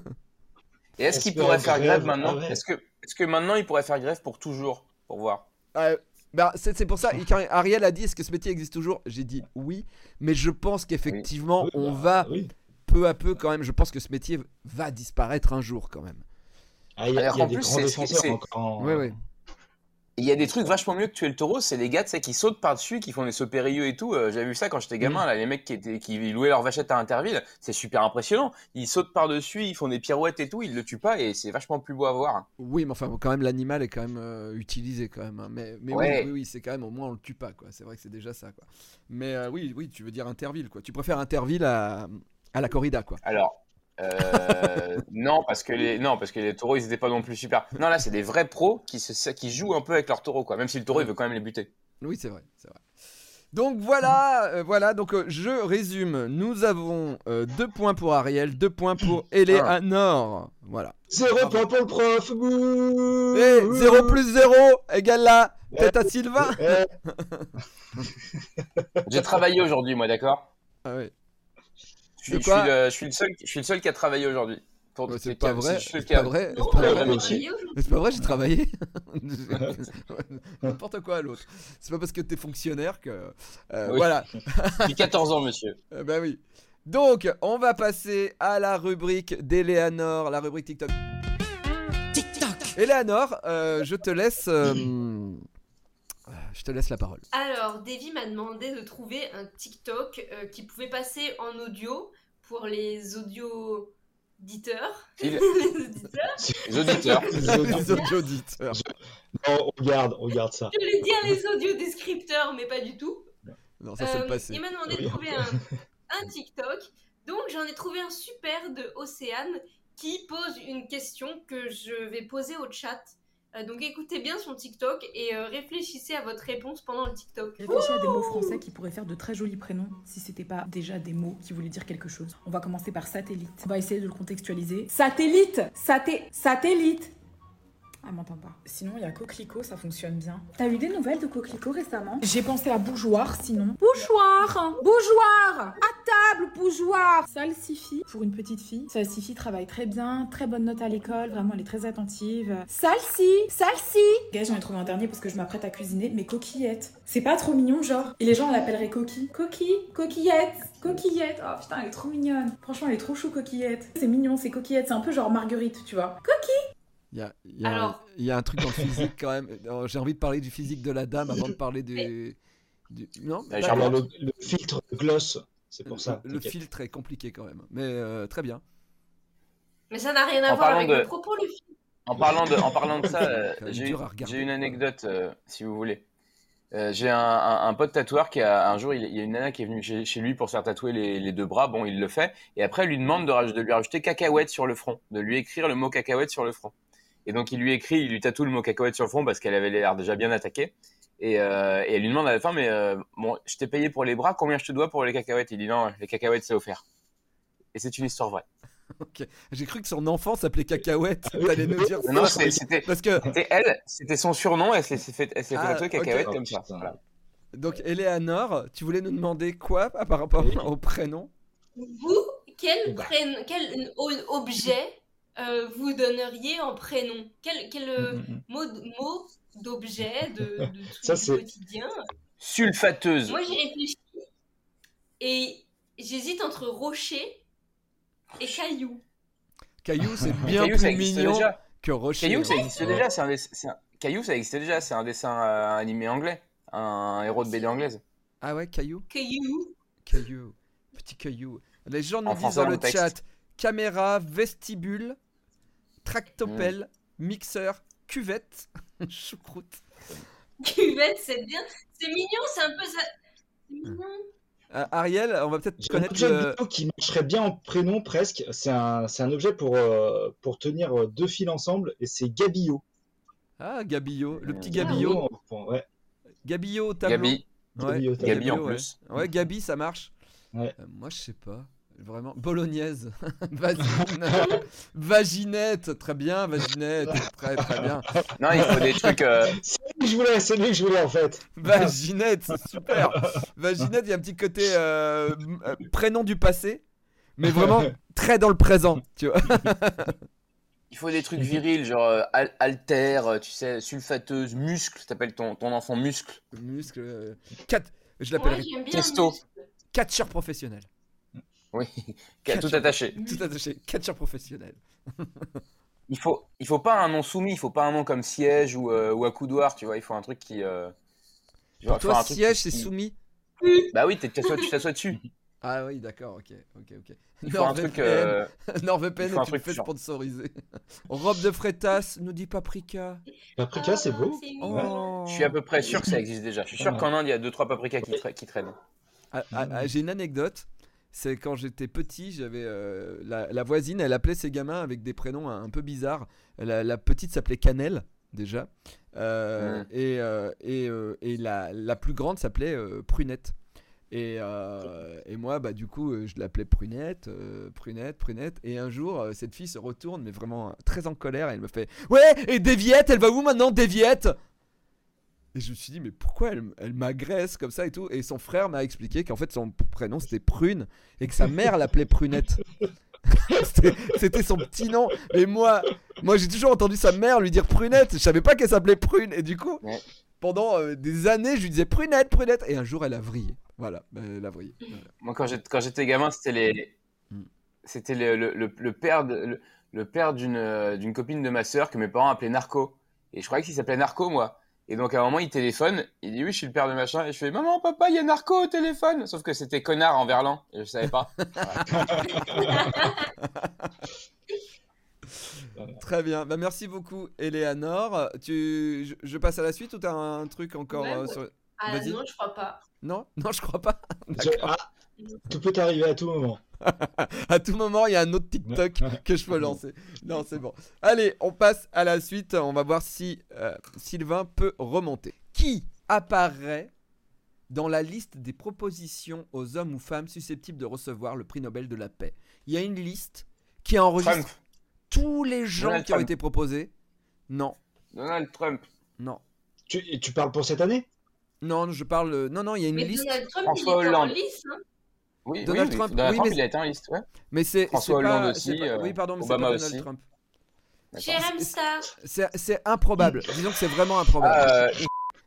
[SPEAKER 4] Et est-ce qu'ils
[SPEAKER 5] Est-ce que
[SPEAKER 4] pourraient
[SPEAKER 5] la
[SPEAKER 4] faire
[SPEAKER 5] grève-
[SPEAKER 4] grève maintenant
[SPEAKER 5] Ah ouais.
[SPEAKER 4] Est-ce que, est que maintenant ils pourraient faire grève pour toujours Pour voir.
[SPEAKER 2] Euh, bah, c'est c'est pour ça, et quand Ariel a dit est-ce que ce métier existe toujours J'ai dit oui, mais je pense qu'effectivement,
[SPEAKER 5] Oui,
[SPEAKER 2] on
[SPEAKER 5] bah,
[SPEAKER 2] va
[SPEAKER 5] oui.
[SPEAKER 2] peu à peu quand même, je pense que ce métier va disparaître un jour quand même.
[SPEAKER 5] Ah, il y a,
[SPEAKER 4] Alors
[SPEAKER 5] il y a
[SPEAKER 4] qu'en
[SPEAKER 5] des
[SPEAKER 4] plus,
[SPEAKER 5] grands
[SPEAKER 4] c'est-
[SPEAKER 5] défenseurs
[SPEAKER 4] c'est-
[SPEAKER 5] encore. hein. en-
[SPEAKER 2] Ouais, ouais.
[SPEAKER 4] Et Il y a des trucs vachement mieux que tuer le taureau, c'est les gars tu sais, qui sautent par-dessus, qui font des sauts périlleux et tout. Euh, J'avais vu ça quand j'étais gamin, là, les mecs qui, étaient, qui louaient leur vachette à Interville, c'est super impressionnant. Ils sautent par-dessus, ils font des pirouettes et tout, ils le tuent pas et c'est vachement plus beau à voir.
[SPEAKER 2] Oui, mais enfin, quand même, l'animal est quand même euh, utilisé quand même. hein. Mais, mais oui,
[SPEAKER 4] Ouais.
[SPEAKER 2] oui, oui, c'est quand même, au moins, on le tue pas, quoi. C'est vrai que c'est déjà ça, quoi. Mais euh, oui, oui, tu veux dire Interville, quoi. Tu préfères Interville à, à la corrida, quoi.
[SPEAKER 4] Alors, euh, non, parce que les, non, parce que les taureaux, ils étaient pas non plus super. Non, là, c'est des vrais pros qui, se, qui jouent un peu avec leur taureau, quoi. Même si le taureau, il veut quand même les buter.
[SPEAKER 2] Oui, c'est vrai, c'est vrai. Donc voilà, euh, voilà. Donc euh, je résume. Nous avons euh, deux points pour Ariel, deux points pour Eleanor. Voilà.
[SPEAKER 5] Zéro point pour le prof. bouh.
[SPEAKER 2] Et 0 plus 0 égale la tête à Sylvain.
[SPEAKER 5] Eh,
[SPEAKER 4] J'ai travaillé aujourd'hui, moi, d'accord
[SPEAKER 2] Ah ouais.
[SPEAKER 4] je,
[SPEAKER 2] De
[SPEAKER 4] suis- je
[SPEAKER 2] quoi
[SPEAKER 4] suis le- je suis le seul- je suis le seul qui a travaillé aujourd'hui. Pour-
[SPEAKER 2] Ouais, Oh, c'est
[SPEAKER 4] qui a-
[SPEAKER 2] pas vrai.
[SPEAKER 4] je suis le
[SPEAKER 2] C'est
[SPEAKER 4] seul qui a-
[SPEAKER 2] pas vrai.
[SPEAKER 3] Non,
[SPEAKER 2] C'est pas
[SPEAKER 4] Ouais,
[SPEAKER 2] vrai.
[SPEAKER 4] mais-
[SPEAKER 3] on a travaillé aujourd'hui.
[SPEAKER 2] Mais C'est pas vrai, j'ai travaillé. N'importe quoi l'autre. C'est pas parce que t'es fonctionnaire que. Euh,
[SPEAKER 4] Oui.
[SPEAKER 2] Voilà.
[SPEAKER 4] Depuis 14 ans, monsieur.
[SPEAKER 2] Euh, bah oui. Donc, on va passer à la rubrique d'Eleanor, la rubrique TikTok. TikTok Eleanor, euh, je te laisse. euh, euh, je te laisse la parole.
[SPEAKER 3] Alors, Davy m'a demandé de trouver un TikTok euh, qui pouvait passer en audio pour les audio auditeurs.
[SPEAKER 4] Il-
[SPEAKER 3] les auditeurs.
[SPEAKER 4] Les auditeurs.
[SPEAKER 5] les
[SPEAKER 2] Les
[SPEAKER 5] autres-
[SPEAKER 2] autres auditeurs.
[SPEAKER 5] Non, on garde, on garde ça.
[SPEAKER 3] Je voulais dire les audio descripteurs, mais pas du tout.
[SPEAKER 2] Non, ça c'est
[SPEAKER 3] Euh,
[SPEAKER 2] le passé.
[SPEAKER 3] Il m'a demandé de
[SPEAKER 5] Oui.
[SPEAKER 3] trouver un, un TikTok. Donc j'en ai trouvé un super de Océane qui pose une question que je vais poser au chat. Euh, donc écoutez bien son TikTok et euh, réfléchissez à votre réponse pendant le TikTok.
[SPEAKER 6] Réfléchis à des mots français qui pourraient faire de très jolis prénoms si c'était pas déjà des mots qui voulaient dire quelque chose. On va commencer par satellite. On va essayer de le contextualiser. Satellite Saté Satellite Ah, m'entend pas. Sinon, il y a Coquelicot, ça fonctionne bien. T'as eu des nouvelles de Coquelicot récemment J'ai pensé à Bougeoir, sinon. Bougeoir Bougeoir À table, bougeoir Salsifie, pour une petite fille. Salsifie travaille très bien, très bonne note à l'école, vraiment, elle est très attentive. Salsi Salsi Gars, j'en ai trouvé un dernier parce que je m'apprête à cuisiner, mais coquillette. C'est pas trop mignon, genre Et les gens l'appelleraient coquille. Coquille Coquillette Coquillette Oh putain, elle est trop mignonne Franchement, elle est trop chou, coquillette. C'est mignon, c'est coquillette, c'est un peu genre marguerite, tu vois.
[SPEAKER 2] Il y a, il y a-
[SPEAKER 3] Alors-
[SPEAKER 2] il y a un truc en physique quand même. Euh, J'ai envie de parler du physique de la dame avant de parler du. du- Non
[SPEAKER 4] Euh,
[SPEAKER 5] Il y a
[SPEAKER 4] Charmant.
[SPEAKER 5] le, le filtre gloss, c'est pour ça.
[SPEAKER 2] Le, le
[SPEAKER 5] t'inquiète.
[SPEAKER 2] filtre est compliqué quand même. Mais euh, très bien.
[SPEAKER 3] Mais ça n'a rien à
[SPEAKER 4] En
[SPEAKER 3] voir
[SPEAKER 4] parlant
[SPEAKER 3] avec
[SPEAKER 4] de-
[SPEAKER 3] le propos, le film.
[SPEAKER 4] En parlant de, en parlant de ça, euh,
[SPEAKER 2] Ça va être
[SPEAKER 4] j'ai
[SPEAKER 2] dur à regarder.
[SPEAKER 4] j'ai une anecdote, euh, si vous voulez. Euh, j'ai un, un- un pote tatoueur qui a un jour, il, il y a une nana qui est venue chez, chez lui pour se faire tatouer les, les deux bras. Bon, il le fait. Et après, elle lui demande de, raj- de lui rajouter cacahuète sur le front, de lui écrire le mot cacahuète sur le front. Et donc, il lui écrit, il lui tatoue le mot cacahuète sur le front parce qu'elle avait l'air déjà bien attaquée. Et, euh, et elle lui demande à la fin, mais euh, bon, je t'ai payé pour les bras, combien je te dois pour les cacahuètes Il dit non, les cacahuètes, c'est offert. Et c'est une histoire vraie.
[SPEAKER 2] J'ai cru que son enfant s'appelait Cacahuète.
[SPEAKER 5] oui.
[SPEAKER 2] T'allais nous dire ça.
[SPEAKER 4] Ah Non, c'est- c'était
[SPEAKER 2] Parce que
[SPEAKER 4] C'était elle, c'était son surnom, elle s'est s'est fait, elle s'est fait
[SPEAKER 2] Ah,
[SPEAKER 4] tatouer cacahuète
[SPEAKER 5] ok.
[SPEAKER 4] comme ça.
[SPEAKER 5] Oh, putain.
[SPEAKER 4] voilà.
[SPEAKER 2] Donc, Eleanor, tu voulais nous demander quoi à par rapport
[SPEAKER 5] Oui.
[SPEAKER 2] au prénom
[SPEAKER 3] Vous, quel,
[SPEAKER 5] Bah.
[SPEAKER 3] prénom- quel o- objet euh, vous donneriez en prénom Quel, quel euh,
[SPEAKER 5] Mm, mm, mm.
[SPEAKER 3] mot, mot d'objet, de, de truc
[SPEAKER 5] Ça,
[SPEAKER 3] du
[SPEAKER 5] c'est-
[SPEAKER 3] quotidien
[SPEAKER 4] Sulfateuse.
[SPEAKER 3] Moi, j'ai réfléchi et j'hésite entre rocher et caillou.
[SPEAKER 2] Caillou, c'est bien
[SPEAKER 4] Caillou, ça
[SPEAKER 2] plus
[SPEAKER 4] existe
[SPEAKER 2] mignon
[SPEAKER 4] déjà.
[SPEAKER 2] que Rocher.
[SPEAKER 4] Caillou, ça
[SPEAKER 2] Ouais.
[SPEAKER 4] existe déjà. C'est un, dess- c'est un- Caillou, ça existe déjà. C'est un dessin euh, animé anglais, un héros de BD anglaise.
[SPEAKER 2] Ah ouais, Caillou
[SPEAKER 3] Caillou.
[SPEAKER 2] Caillou. Petit Caillou. Les gens nous
[SPEAKER 4] En
[SPEAKER 2] disent
[SPEAKER 4] français,
[SPEAKER 2] dans
[SPEAKER 4] en
[SPEAKER 2] le
[SPEAKER 4] texte.
[SPEAKER 2] chat caméra, vestibule, tractopelle,
[SPEAKER 4] Mm.
[SPEAKER 2] mixeur, cuvette, choucroute.
[SPEAKER 3] Cuvette, c'est bien. C'est mignon, c'est un peu ça. C'est
[SPEAKER 5] Mm.
[SPEAKER 3] mignon.
[SPEAKER 2] Euh, Ariel, on va peut-être
[SPEAKER 5] J'ai un
[SPEAKER 2] connaître
[SPEAKER 5] objet
[SPEAKER 2] le.
[SPEAKER 5] vidéo qui marcherait bien en prénom presque. C'est un, c'est un objet pour, euh, pour tenir euh, deux fils ensemble et c'est Gabillot.
[SPEAKER 2] Ah, Gabillot. Le petit
[SPEAKER 4] Ah,
[SPEAKER 2] Gabillot.
[SPEAKER 5] Euh, Gabillot, en- ouais,
[SPEAKER 2] Gabillot au tableau.
[SPEAKER 4] Gabi,
[SPEAKER 2] Ouais,
[SPEAKER 5] Gabi au tableau.
[SPEAKER 4] Gabi en
[SPEAKER 2] ouais.
[SPEAKER 4] plus.
[SPEAKER 2] Ouais, Gabi, ça marche.
[SPEAKER 5] Ouais.
[SPEAKER 2] Euh, moi, je sais pas. Vraiment. Bolognaise. Vagine- Vaginette. Très bien, vaginette. Très, très bien.
[SPEAKER 4] Non, il faut des trucs. euh,
[SPEAKER 5] C'est lui que je voulais, c'est lui que je voulais en fait.
[SPEAKER 2] Vaginette, c'est Bah, super. Vaginette, il y a un petit côté euh, m- euh, prénom du passé, mais vraiment très dans le présent, tu vois.
[SPEAKER 4] Il faut des trucs virils, genre euh, al- alter, euh, tu sais, sulfateuse, muscle. T'appelles ton, ton enfant muscle.
[SPEAKER 2] Muscle. euh, cat- je
[SPEAKER 3] Moi,
[SPEAKER 2] l'appellerai
[SPEAKER 3] j'aime bien.
[SPEAKER 4] Testo.
[SPEAKER 2] catcheur professionnel.
[SPEAKER 4] Oui, tout attaché.
[SPEAKER 2] Tout attaché, catcheur professionnel.
[SPEAKER 4] Il faut, il faut pas un nom soumis. Il faut pas un nom comme siège ou, euh, ou accoudoir. Tu vois, il faut un truc qui. euh,
[SPEAKER 2] Pour
[SPEAKER 4] genre, il faut un
[SPEAKER 2] toi,
[SPEAKER 4] truc
[SPEAKER 2] siège,
[SPEAKER 4] qui-
[SPEAKER 2] c'est
[SPEAKER 4] qui-
[SPEAKER 2] soumis.
[SPEAKER 4] Bah oui, t'es- t'assois- tu t'assois dessus.
[SPEAKER 2] Ah oui, d'accord, ok, ok, ok.
[SPEAKER 4] Il faut un truc. euh,
[SPEAKER 2] NordVPN
[SPEAKER 4] Il faut un
[SPEAKER 2] est une
[SPEAKER 4] truc
[SPEAKER 2] fête
[SPEAKER 4] chiant.
[SPEAKER 2] sponsorisée. Robe de frétasse, nous dit paprika.
[SPEAKER 5] Paprika, c'est beau.
[SPEAKER 3] Ah, mignon.
[SPEAKER 2] Oh.
[SPEAKER 4] Je suis à peu près sûr que ça existe déjà. Je suis sûr
[SPEAKER 5] Ouais.
[SPEAKER 4] qu'en Inde, il y a 2-3 paprikas qui, tra- qui traînent.
[SPEAKER 2] Ah, ah, ah, J'ai une anecdote. C'est quand j'étais petit, j'avais euh, la, la voisine, elle appelait ses gamins avec des prénoms un, un peu bizarres. La, la petite s'appelait Cannelle. déjà. Euh,
[SPEAKER 4] Ouais.
[SPEAKER 2] Et, euh, et, euh, et la, la plus grande s'appelait euh, Prunette. Et, euh, et moi, bah, du coup, euh, je l'appelais Prunette, euh, Prunette, Prunette. Et un jour, euh, cette fille se retourne, mais vraiment euh, très en colère, et elle me fait Ouais, et Déviette, elle va où maintenant, Déviette Et je me suis dit, mais pourquoi elle, elle m'agresse comme ça et tout Et son frère m'a expliqué qu'en fait, son prénom c'était Prune, et que sa mère l'appelait Prunette. C'était- c'était son petit nom. Et moi, moi, j'ai toujours entendu sa mère lui dire prunette. Je savais pas qu'elle s'appelait prune. Et du coup,
[SPEAKER 4] Ouais.
[SPEAKER 2] pendant euh, des années, je lui disais prunette, prunette. Et un jour, elle a vrillé. Voilà, Bah, elle a vrillé. Voilà.
[SPEAKER 4] Moi, quand j'étais, quand j'étais gamin, c'était les,
[SPEAKER 2] Mm.
[SPEAKER 4] c'était le, le, le, le père, de- le, le père d'une, euh, d'une copine de ma sœur que mes parents appelaient Narco. Et je croyais qu'il s'appelait Narco, moi. Et donc, à un moment, il téléphone, il dit oui, je suis le père de machin. Et je fais maman, papa, il y a Narco au téléphone. Sauf que c'était connard en verlan. Et je savais pas.
[SPEAKER 2] Très bien. Bah, merci beaucoup, Eleanor. Tu... Je, je passe à la suite ou t'as un truc encore
[SPEAKER 3] Ouais,
[SPEAKER 2] euh,
[SPEAKER 3] ouais.
[SPEAKER 2] sur-
[SPEAKER 3] Ah
[SPEAKER 2] Vas-y.
[SPEAKER 3] non, je crois pas.
[SPEAKER 2] Non, non, je crois pas.
[SPEAKER 5] Je- ah, tout peut arriver à tout moment.
[SPEAKER 2] À tout moment, il y a un autre TikTok que je peux lancer. Non, c'est bon. Allez, on passe à la suite. On va voir si euh, Sylvain peut remonter. Qui apparaît dans la liste des propositions aux hommes ou femmes susceptibles de recevoir le prix Nobel de la paix Il y a une liste qui enregistre
[SPEAKER 4] Trump.
[SPEAKER 2] tous les gens
[SPEAKER 4] Donald
[SPEAKER 2] qui ont
[SPEAKER 4] Trump.
[SPEAKER 2] été proposés. Non,
[SPEAKER 4] Donald Trump.
[SPEAKER 2] non.
[SPEAKER 5] Tu, et tu parles pour cette année
[SPEAKER 2] Non, je parle. euh, Non, non, il y a une
[SPEAKER 3] Mais
[SPEAKER 2] liste.
[SPEAKER 3] Donald Trump, il était
[SPEAKER 4] François
[SPEAKER 3] en
[SPEAKER 4] Hollande.
[SPEAKER 3] lice. hein.
[SPEAKER 4] Oui,
[SPEAKER 2] Donald
[SPEAKER 4] oui, oui,
[SPEAKER 2] Trump,
[SPEAKER 4] Donald
[SPEAKER 2] oui,
[SPEAKER 4] Trump,
[SPEAKER 2] mais-
[SPEAKER 4] il a été en liste. Ouais.
[SPEAKER 2] Mais c'est.
[SPEAKER 4] François
[SPEAKER 2] c'est pas-
[SPEAKER 4] Hollande
[SPEAKER 2] c'est
[SPEAKER 4] aussi,
[SPEAKER 2] pas-
[SPEAKER 4] euh,
[SPEAKER 2] oui, pardon, mais c'est pas
[SPEAKER 4] Obama
[SPEAKER 2] Donald
[SPEAKER 4] aussi.
[SPEAKER 2] Trump.
[SPEAKER 3] Jérém Star.
[SPEAKER 2] C'est c'est improbable. Disons que c'est vraiment improbable.
[SPEAKER 4] Euh,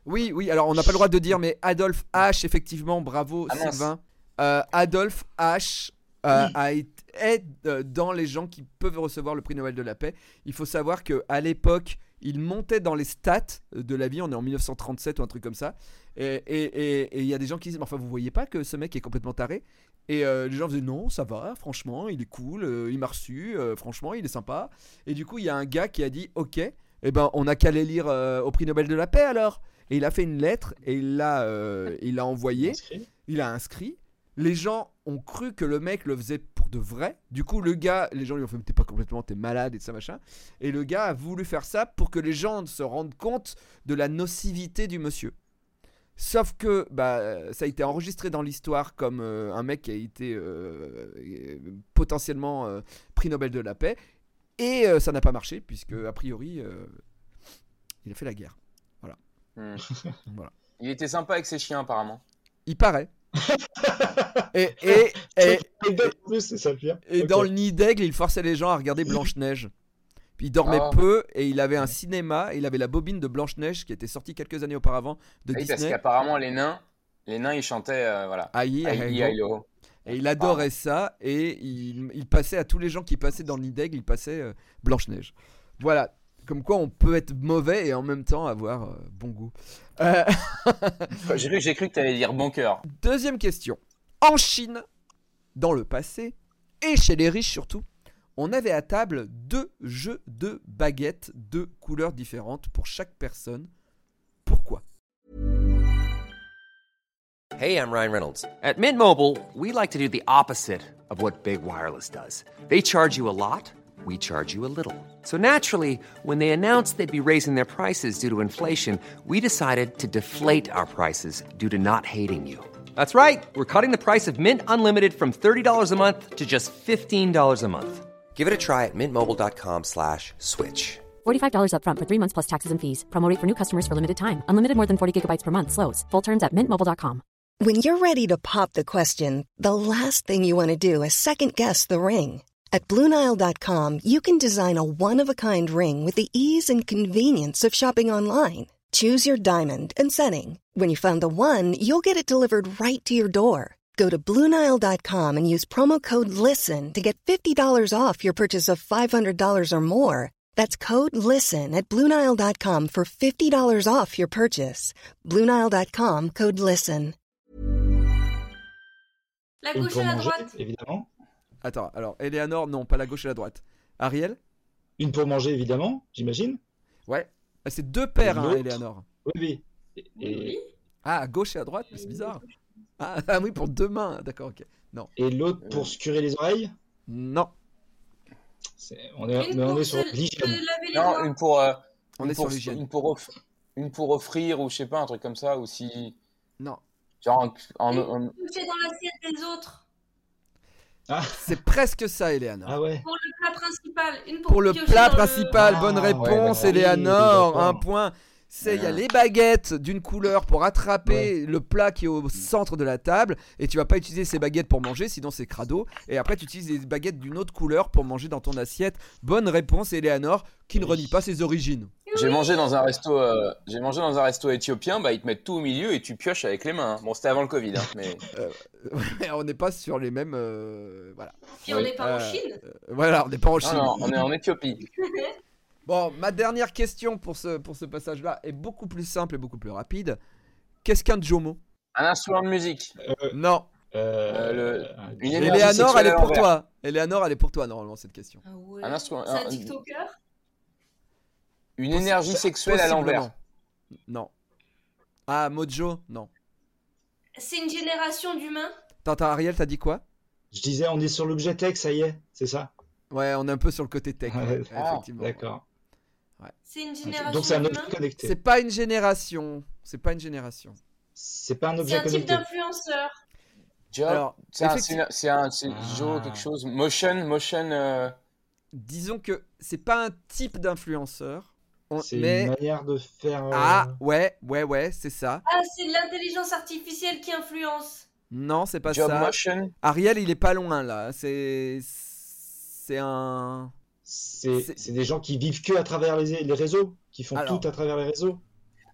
[SPEAKER 2] Oui, oui, alors on n'a pas le droit de dire, mais Adolphe H, effectivement, bravo
[SPEAKER 4] Ah, mince.
[SPEAKER 2] Sylvain. Euh, Adolphe H euh, a été- est euh, dans les gens qui peuvent recevoir le prix Nobel de la paix. Il faut savoir que à l'époque, il montait dans les stats de la vie, on est en 1937 ou un truc comme ça. Et et- et- et il y a des gens qui disent, mais enfin, vous voyez pas que ce mec est complètement taré Et euh, les gens faisaient, non, ça va, franchement, il est cool, euh, il m'a reçu, euh, franchement, il est sympa. Et du coup, il y a un gars qui a dit, ok, eh ben, on n'a qu'à les lire euh, au prix Nobel de la paix alors. Et il a fait une lettre et il l'a euh, il l'a envoyée,
[SPEAKER 5] Inscrit
[SPEAKER 2] il a inscrit. Les gens ont cru que le mec le faisait pour de vrai. Du coup, le gars, les gens lui ont fait Mais T'es pas complètement, t'es malade et tout ça machin. Et le gars a voulu faire ça pour que les gens se rendent compte de la nocivité du monsieur. Sauf que bah, euh, ça a été enregistré dans l'histoire comme euh, un mec qui a été euh, euh, potentiellement euh, prix Nobel de la paix. Et euh, ça n'a pas marché, puisque a priori, euh, il a fait la guerre.
[SPEAKER 4] hmm.
[SPEAKER 2] Voilà.
[SPEAKER 4] Il était sympa avec ses chiens, apparemment.
[SPEAKER 2] Il paraît. et et, et,
[SPEAKER 5] Et d'autres en plus, c'est ça le pire.
[SPEAKER 2] et
[SPEAKER 5] Ok.
[SPEAKER 2] dans le nid d'aigle, il forçait les gens à regarder Blanche-Neige. Puis il dormait
[SPEAKER 4] Ah.
[SPEAKER 2] peu et il avait un cinéma et il avait la bobine de Blanche-Neige qui était sortie quelques années auparavant de
[SPEAKER 4] Ah Oui, parce
[SPEAKER 2] Disney.
[SPEAKER 4] qu'apparemment, les nains, les nains, ils chantaient, euh, voilà.
[SPEAKER 2] Aïe, aïe, aïe.
[SPEAKER 4] Aïe, aïe, oh.
[SPEAKER 2] Et il adorait ça et il, il passait à tous les gens qui passaient dans le nid d'aigle, il passait euh, Blanche-Neige. Voilà. Comme quoi on peut être mauvais et en même temps avoir euh, bon goût. Euh,
[SPEAKER 4] J'ai cru, j'ai cru que t'allais dire bon cœur.
[SPEAKER 2] Deuxième question. En Chine, dans le passé, et chez les riches surtout, on avait à table deux jeux de baguettes de couleurs différentes pour chaque personne. Pourquoi
[SPEAKER 7] Hey, I'm Ryan Reynolds. At Mint Mobile, we like to do the opposite of what Big Wireless does. They charge you a lot, we charge you a little. So naturally, when they announced they'd be raising their prices due to inflation, we decided to deflate our prices due to not hating you. That's right. We're cutting the price of Mint Unlimited from $30 a month to just $15 a month. Give it a try at mintmobile.com slash switch.
[SPEAKER 8] $45 upfront for three months plus taxes and fees. Promo rate for new customers for limited time. Unlimited more than 40 gigabytes per month. Slows. Full terms at mintmobile.com.
[SPEAKER 1] When you're ready to pop the question, the last thing you want to do is second guess the ring. At Bluenile.com, you can design a one of a kind ring with the ease and convenience of shopping online. Choose your diamond and setting. When you find the one, you'll get it delivered right to your door. Go to Bluenile.com and use promo code LISTEN to get $50 off your purchase of $500 or more. That's code LISTEN at Bluenile.com for $50 off your purchase. Bluenile.com code LISTEN.
[SPEAKER 3] La
[SPEAKER 5] Et
[SPEAKER 3] gauche
[SPEAKER 5] pour
[SPEAKER 3] et la
[SPEAKER 5] manger,
[SPEAKER 3] droite.
[SPEAKER 5] évidemment.
[SPEAKER 2] Attends, alors, Eleanor, non, pas la gauche et la droite. Ariel
[SPEAKER 5] Une pour manger, évidemment, j'imagine.
[SPEAKER 2] Ouais. Ah, C'est deux paires,
[SPEAKER 5] Et
[SPEAKER 2] hein,
[SPEAKER 5] l'autre
[SPEAKER 2] Eleanor.
[SPEAKER 5] Oui, oui. Et-
[SPEAKER 3] Oui.
[SPEAKER 5] Et,
[SPEAKER 2] Ah, à gauche et à droite, mais c'est bizarre. Ah, ah oui, pour deux mains, d'accord, ok.
[SPEAKER 5] et l'autre pour se curer les oreilles.
[SPEAKER 2] Non.
[SPEAKER 5] C'est- On est,
[SPEAKER 3] Une
[SPEAKER 5] mais on
[SPEAKER 3] pour
[SPEAKER 5] est sur hein.
[SPEAKER 3] se- se
[SPEAKER 5] l'hygiène.
[SPEAKER 3] euh, laver les
[SPEAKER 4] Non,
[SPEAKER 3] doigts.
[SPEAKER 4] une pour, euh,
[SPEAKER 2] On
[SPEAKER 4] une
[SPEAKER 2] est sur
[SPEAKER 4] pour,
[SPEAKER 2] l'hygiène.
[SPEAKER 4] une, pour off- une pour offrir ou je sais pas, un truc comme ça, ou si.
[SPEAKER 2] Non.
[SPEAKER 4] Genre en- en- en-
[SPEAKER 3] Toucher dans l'assiette des autres.
[SPEAKER 2] C'est presque ça, Eleanor.
[SPEAKER 5] Ah ouais.
[SPEAKER 3] Pour le plat principal, une pour
[SPEAKER 2] Pour le
[SPEAKER 3] piocher
[SPEAKER 2] plat
[SPEAKER 3] dans
[SPEAKER 2] principal,
[SPEAKER 5] Ah,
[SPEAKER 2] bonne
[SPEAKER 5] ouais,
[SPEAKER 2] réponse,
[SPEAKER 5] d'accord. Oui,
[SPEAKER 2] Eleanor.
[SPEAKER 5] d'accord.
[SPEAKER 2] Un point. C'est il y a
[SPEAKER 4] Ouais.
[SPEAKER 2] les baguettes d'une couleur pour attraper le plat qui est au centre de la table et tu vas pas utiliser ces baguettes pour manger sinon c'est crado et après tu utilises des baguettes d'une autre couleur pour manger dans ton assiette. Bonne réponse Eleanor qui ne
[SPEAKER 5] Oui.
[SPEAKER 2] renie pas ses origines.
[SPEAKER 4] J'ai mangé dans un resto, euh, j'ai mangé dans un resto éthiopien, bah ils te mettent tout au milieu et tu pioches avec les mains. hein. Bon, c'était avant le Covid, hein, mais
[SPEAKER 2] Oh, on n'est pas sur les mêmes euh, voilà.
[SPEAKER 3] Puis on n'est pas en
[SPEAKER 2] Euh,
[SPEAKER 3] Chine.
[SPEAKER 2] Voilà, on n'est pas
[SPEAKER 5] Ah,
[SPEAKER 2] en
[SPEAKER 4] non,
[SPEAKER 2] Chine.
[SPEAKER 4] non, on est en Éthiopie.
[SPEAKER 2] Bon, ma dernière question pour ce, pour ce passage-là est beaucoup plus simple et beaucoup plus rapide. Qu'est-ce qu'un Jomo
[SPEAKER 4] Un instrument de musique.
[SPEAKER 2] Non.
[SPEAKER 5] Euh,
[SPEAKER 4] le-
[SPEAKER 5] un-
[SPEAKER 4] Une énergie
[SPEAKER 2] Eleanor,
[SPEAKER 4] sexuelle
[SPEAKER 2] elle est
[SPEAKER 4] à
[SPEAKER 2] pour
[SPEAKER 4] l'envers.
[SPEAKER 2] toi. Eleanor, elle est pour toi, normalement, cette question.
[SPEAKER 3] Ah ouais.
[SPEAKER 4] Un instrument-
[SPEAKER 3] C'est un
[SPEAKER 4] un-
[SPEAKER 3] TikToker.
[SPEAKER 4] Une énergie sexuelle à l'envers.
[SPEAKER 2] Possiblement. Non. Ah, Mojo Non.
[SPEAKER 3] C'est une génération d'humains.
[SPEAKER 2] Attends, attends, Ariel, t'as dit quoi
[SPEAKER 5] Je disais, on est sur l'objet tech, ça y est, c'est ça
[SPEAKER 2] Ouais, on est un peu sur le côté tech.
[SPEAKER 5] Ah,
[SPEAKER 2] ouais,
[SPEAKER 4] ah,
[SPEAKER 2] effectivement.
[SPEAKER 5] D'accord.
[SPEAKER 3] C'est une génération
[SPEAKER 5] Donc c'est un
[SPEAKER 3] d'humains.
[SPEAKER 5] objet connecté.
[SPEAKER 2] C'est pas une génération. C'est pas une génération.
[SPEAKER 5] C'est pas un
[SPEAKER 3] C'est
[SPEAKER 5] objet
[SPEAKER 3] un type
[SPEAKER 5] connecté.
[SPEAKER 3] d'influenceur.
[SPEAKER 4] Job,
[SPEAKER 2] Alors,
[SPEAKER 4] c'est un,
[SPEAKER 2] effectivement-
[SPEAKER 4] c'est un, c'est
[SPEAKER 5] Ah.
[SPEAKER 4] Joe quelque chose. Motion, motion. euh,
[SPEAKER 2] Disons que c'est pas un type d'influenceur. on-
[SPEAKER 5] C'est
[SPEAKER 2] Mais.
[SPEAKER 5] une manière de faire. euh,
[SPEAKER 2] Ah, ouais, ouais, ouais, c'est ça.
[SPEAKER 3] Ah, c'est l'intelligence artificielle qui influence.
[SPEAKER 2] Non, c'est pas
[SPEAKER 4] job
[SPEAKER 2] ça.
[SPEAKER 4] motion.
[SPEAKER 2] Ariel, il est pas loin là. C'est. C'est un.
[SPEAKER 5] C'est
[SPEAKER 2] C'est-
[SPEAKER 5] c'est des gens qui vivent que à travers les, les réseaux, qui font
[SPEAKER 2] Alors.
[SPEAKER 5] tout à travers les réseaux.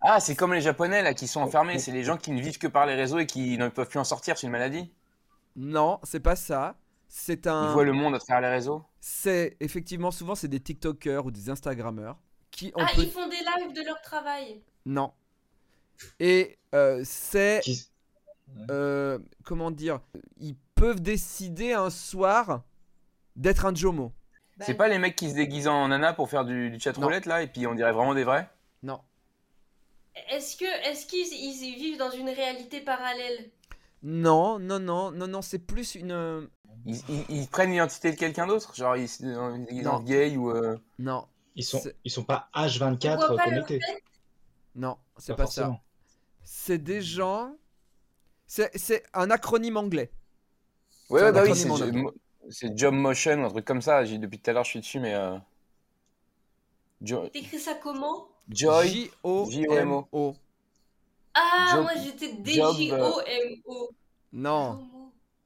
[SPEAKER 4] Ah, c'est comme les Japonais là qui sont enfermés. C'est les gens qui ne vivent que par les réseaux et qui ne peuvent plus en sortir. C'est une maladie.
[SPEAKER 2] Non, c'est pas ça. C'est
[SPEAKER 4] Ils
[SPEAKER 2] un.
[SPEAKER 4] voient le monde à travers les réseaux.
[SPEAKER 2] C'est effectivement souvent c'est des TikTokers ou des Instagrammeurs qui on
[SPEAKER 3] ah,
[SPEAKER 2] peut.
[SPEAKER 3] ils font des lives de leur travail.
[SPEAKER 2] Non. Et euh, c'est
[SPEAKER 5] Qui...
[SPEAKER 2] euh, comment dire, ils peuvent décider un soir d'être un Jomo.
[SPEAKER 4] C'est pas les mecs qui se déguisent en nana pour faire du, du chat
[SPEAKER 2] Non.
[SPEAKER 4] roulette là et puis on dirait vraiment des vrais.
[SPEAKER 2] Non.
[SPEAKER 3] Est-ce que, est-ce qu'ils ils y vivent dans une réalité parallèle
[SPEAKER 2] Non, non, non, non, non, c'est plus une. euh,
[SPEAKER 4] Ils, ils- ils prennent l'identité de quelqu'un d'autre, genre ils se ils se déguisent en
[SPEAKER 2] Non.
[SPEAKER 4] vieille ou. euh,
[SPEAKER 2] Non,
[SPEAKER 5] Ils sont,
[SPEAKER 2] C'est-
[SPEAKER 5] ils sont pas
[SPEAKER 3] On voit
[SPEAKER 5] H24
[SPEAKER 3] pas
[SPEAKER 5] connectés.
[SPEAKER 2] non, c'est pas, ça.
[SPEAKER 5] forcément.
[SPEAKER 2] C'est des gens. C'est c'est un acronyme anglais.
[SPEAKER 4] Ouais,
[SPEAKER 2] C'est
[SPEAKER 4] ouais,
[SPEAKER 2] un
[SPEAKER 4] bah oui, c'est
[SPEAKER 2] acronyme en anglais.
[SPEAKER 4] mo- c'est Job Motion ou un truc comme ça. J'ai- Depuis tout à l'heure, je suis dessus, mais. euh, Jo-
[SPEAKER 3] T'écris ça comment
[SPEAKER 4] Joy.
[SPEAKER 2] J-O-M-O.
[SPEAKER 3] Ah,
[SPEAKER 4] Job-
[SPEAKER 3] moi j'étais
[SPEAKER 4] job,
[SPEAKER 3] D-J-O-M-O.
[SPEAKER 2] Non,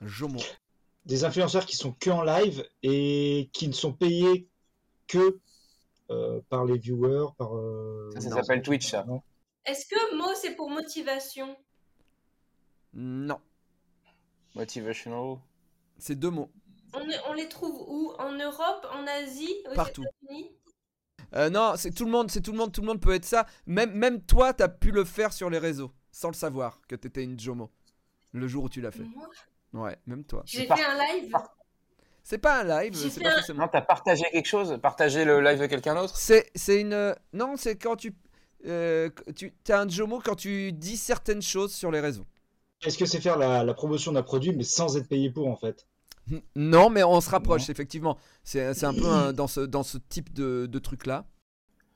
[SPEAKER 2] Jomo.
[SPEAKER 5] Des influenceurs qui sont que en live et qui ne sont payés que euh, par les viewers, par. euh,
[SPEAKER 4] Ça, ça
[SPEAKER 5] non,
[SPEAKER 4] s'appelle Twitch, ça.
[SPEAKER 5] non.
[SPEAKER 3] Est-ce que mot c'est pour motivation
[SPEAKER 2] Non,
[SPEAKER 4] Motivational.
[SPEAKER 2] c'est deux mots.
[SPEAKER 3] on, on les trouve où En Europe En Asie aux
[SPEAKER 2] Partout.
[SPEAKER 3] États-Unis
[SPEAKER 2] Euh, non, c'est tout le monde, c'est tout le monde, tout le monde peut être ça. Même, même toi, t'as pu le faire sur les réseaux, sans le savoir, que t'étais une Jomo. Le jour où tu l'as fait.
[SPEAKER 3] Moi,
[SPEAKER 2] Ouais, même toi.
[SPEAKER 3] J'ai
[SPEAKER 4] par-
[SPEAKER 3] fait un live.
[SPEAKER 2] C'est pas un live,
[SPEAKER 3] J'ai
[SPEAKER 2] c'est
[SPEAKER 3] fait
[SPEAKER 2] pas
[SPEAKER 3] un-
[SPEAKER 4] Non,
[SPEAKER 2] forcément.
[SPEAKER 4] t'as partagé quelque chose Partagé le live de quelqu'un d'autre
[SPEAKER 2] C'est, c'est une. euh, Non, c'est quand tu. euh, tu t'as un Jomo quand tu dis certaines choses sur les réseaux.
[SPEAKER 5] Est-ce que c'est faire la, la promotion d'un produit mais sans être payé pour en fait
[SPEAKER 2] N- Non, mais on se rapproche,
[SPEAKER 5] Non.
[SPEAKER 2] effectivement. C'est, c'est un peu un- dans, ce, dans ce type de, de truc-là.